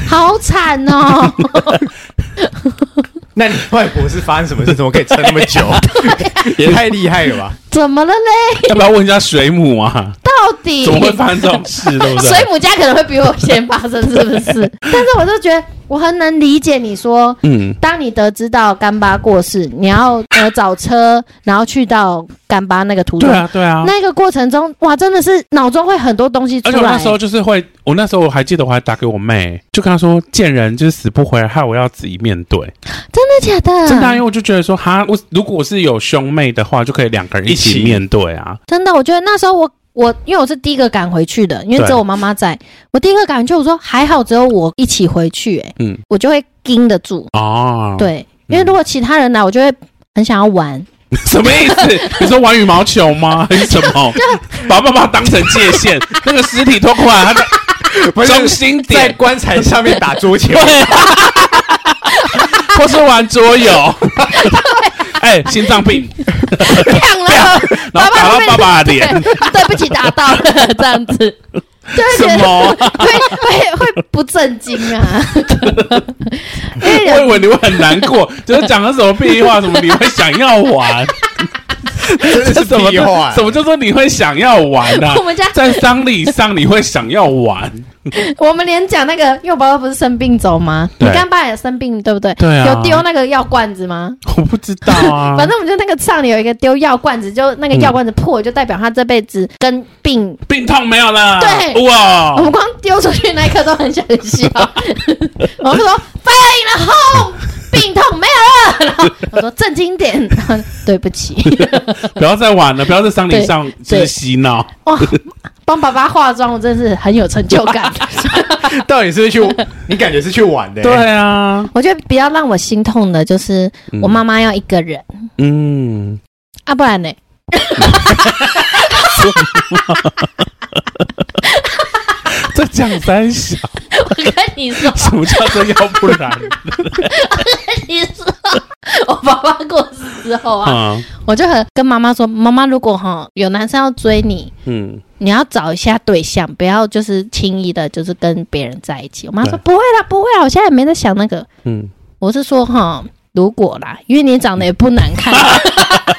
S1: 好惨 哦。
S3: 那你外婆是发生什么事？怎么可以撑那么久？ 也太厉害了吧！
S1: 怎么了嘞？
S2: 要不要问一下水 母啊？
S1: 到底
S2: 怎么会发生这种事，对不对？
S1: 水母家可能会比我先发生，是不 是？但是我就觉得我很能理解你说，
S2: 嗯，
S1: 当你得知到干巴过世，你要呃找车，然后去到干巴那个途中，
S2: 对啊，对啊。
S1: 那个过程中，哇，真的是脑中会很多东西出
S2: 而且我
S1: 来。
S2: 那时候就是会，我那时候我还记得，我还打给我妹，就跟她说，贱人就是死不回来，害我要自己面对。
S1: 真的假的？
S2: 真的啊、因为我就觉得说，哈，我如果我是有兄妹的话，就可以两个人一
S3: 一
S2: 起
S3: 起
S2: 面对啊。
S1: 真的，我觉得那时候我。我因为我是第一个赶回去的，因为只有我妈妈在，我第一个赶回去，我说还好只有我一起回去、欸，
S2: 嗯
S1: 我就会盯得住，
S2: 哦，，
S1: 对，因为如果其他人来，我就会很想要玩，
S2: 什么意思？你说玩羽毛球吗？还是什么？把爸爸当成界限，那个尸体拖过来，他的
S3: 不
S2: 中心
S3: 在
S2: 点，
S3: 棺材下面打桌 球，
S2: 或是玩桌游。哎，心脏病，
S1: 亮了，啊
S2: 啊然后打到爸爸的脸，
S1: 对不起，打到了这样子。就会 觉得
S2: 什么？
S1: 会会会不震惊 啊，因为
S2: 我以
S1: 人
S2: 为你会很难过，就是讲了什么屁话，什么你会想要玩，
S3: 真的
S2: 这什么
S3: 屁话
S2: 什么叫做你会想要玩 呢、啊
S1: 我？们家
S2: 在丧礼上你会想要玩，
S1: 我们连讲那个，因为我爸爸不是生病走吗？你
S2: 对
S1: 干爸也生病，对不对？
S2: 对啊
S1: 有丢那个药罐子吗？
S2: 我不知道啊。
S1: 反正我们就那个上里有一个丢药罐子，就那个药罐子破，就代表他这辈子跟病。
S2: 病痛没有了，
S1: 对
S2: 哇
S1: 我，们光丢出去那一刻都很想笑，我们说 fire in the home，病痛没有了。然后我说正经点，然后对不起，
S2: 不要再玩了，不要在丧礼上就
S1: 对
S2: 是洗脑，
S1: 哇，帮爸爸化妆，我真是很有成就感。
S3: 到底是不是去？你感觉是去玩的、
S2: 对啊，
S1: 我觉得比较让我心痛的就是我妈妈要一个人，
S2: 嗯，
S1: 啊，不然呢？
S2: 这讲三 小，
S1: 我跟你说，
S2: 什么叫做要不 然
S1: 你说， 我爸爸过世之后啊，
S2: 啊？
S1: 我就很跟妈妈说，妈妈，如果哈有男生要追你，
S2: 嗯，
S1: 你要找一下对象，不要就是轻易的，就是跟别人在一起。我妈说
S2: 对
S1: 不会啦，不会啦，我现在也没在想那个，
S2: 嗯，
S1: 我是说哈，如果啦，因为你长得也不难看。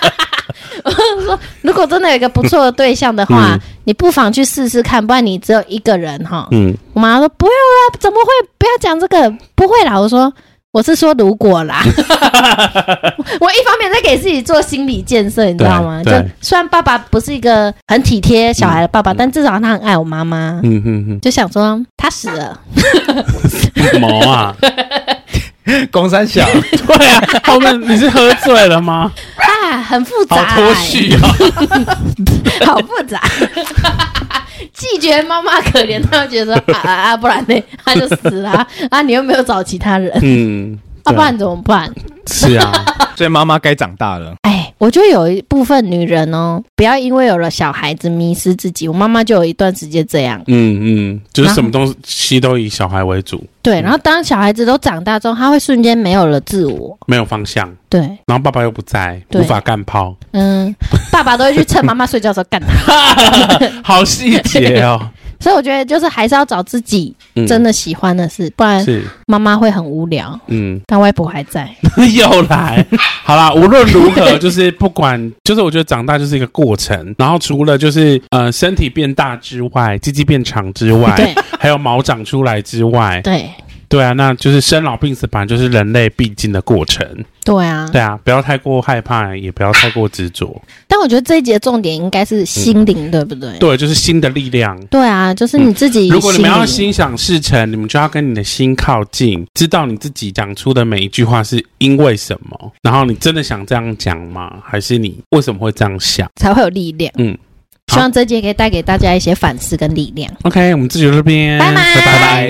S1: 我是说，如果真的有一个不错的对象的话，
S2: 嗯
S1: 你不妨去试试看，不然你只有一个人哈。
S2: 嗯，
S1: 我妈说不用啦，怎么会？不要讲这个，不会啦。我说我是说如果 啦，我一方面在给自己做心理建设，你知道吗？就
S2: 对啊对
S1: 虽然爸爸不是一个很体贴小孩的爸爸，但至少他很爱我妈妈。
S2: 嗯嗯
S1: 就想说他死了，
S2: 嗯，毛啊，
S3: 对，公三小
S2: 对啊，后面你是喝醉了吗？
S1: 啊，很复
S2: 好
S1: 杂、欸，
S2: 脱序 啊！
S1: 好复 杂。既觉得妈妈可怜，他又觉得啊啊啊，不然呢？他就死了啊！啊你又没有找其他人，
S2: 嗯，
S1: 啊，不然怎么办？
S2: 是啊，
S3: 所以妈妈该长大了。
S1: 哎，我觉得有一部分女人哦，不要因为有了小孩子迷失自己。我妈妈就有一段时间这样，
S2: 嗯嗯，就是什么东西都以小孩为主，
S1: 对。然后当小孩子都长大之后，她会瞬间没有了自我，
S2: 没有方向，
S1: 对，
S2: 然后爸爸又不在，
S1: 对
S2: 无法干 炮，
S1: 嗯，爸爸都会去趁妈妈睡觉的时候干她。
S2: 好细节哦，
S1: 所以我觉得就是还是要找自己
S2: 嗯
S1: 真的喜欢的事，不然
S2: 是，
S1: 妈妈会很无聊。
S2: 嗯。
S1: 但外婆还在，
S2: 又来，好啦，无论如 何，就是不管，就是我觉得长大就是一个过程。然后除了就是呃身体变大之外，鸡鸡变长之外，
S1: 对
S2: 还有毛长出来之外，
S1: 对
S2: 对啊，那就是生老病死本来就是人类必经的过程。
S1: 对啊。
S2: 对啊，不要太过害怕，也不要太过执着。
S1: 但我觉得这一节重点应该是心灵，对不对？
S2: 嗯对，就是新的力量。
S1: 对啊，就是你自己心灵、
S2: 如果你们要心想事成，你们就要跟你的心靠近，知道你自己讲出的每一句话是因为什么，然后你真的想这样讲吗？还是你为什么会这样想？
S1: 才会有力量。
S2: 嗯，
S1: 希望这节可以带给大家一些反思跟力量。
S2: OK，我们自己到这边，
S1: 拜拜
S2: 拜拜。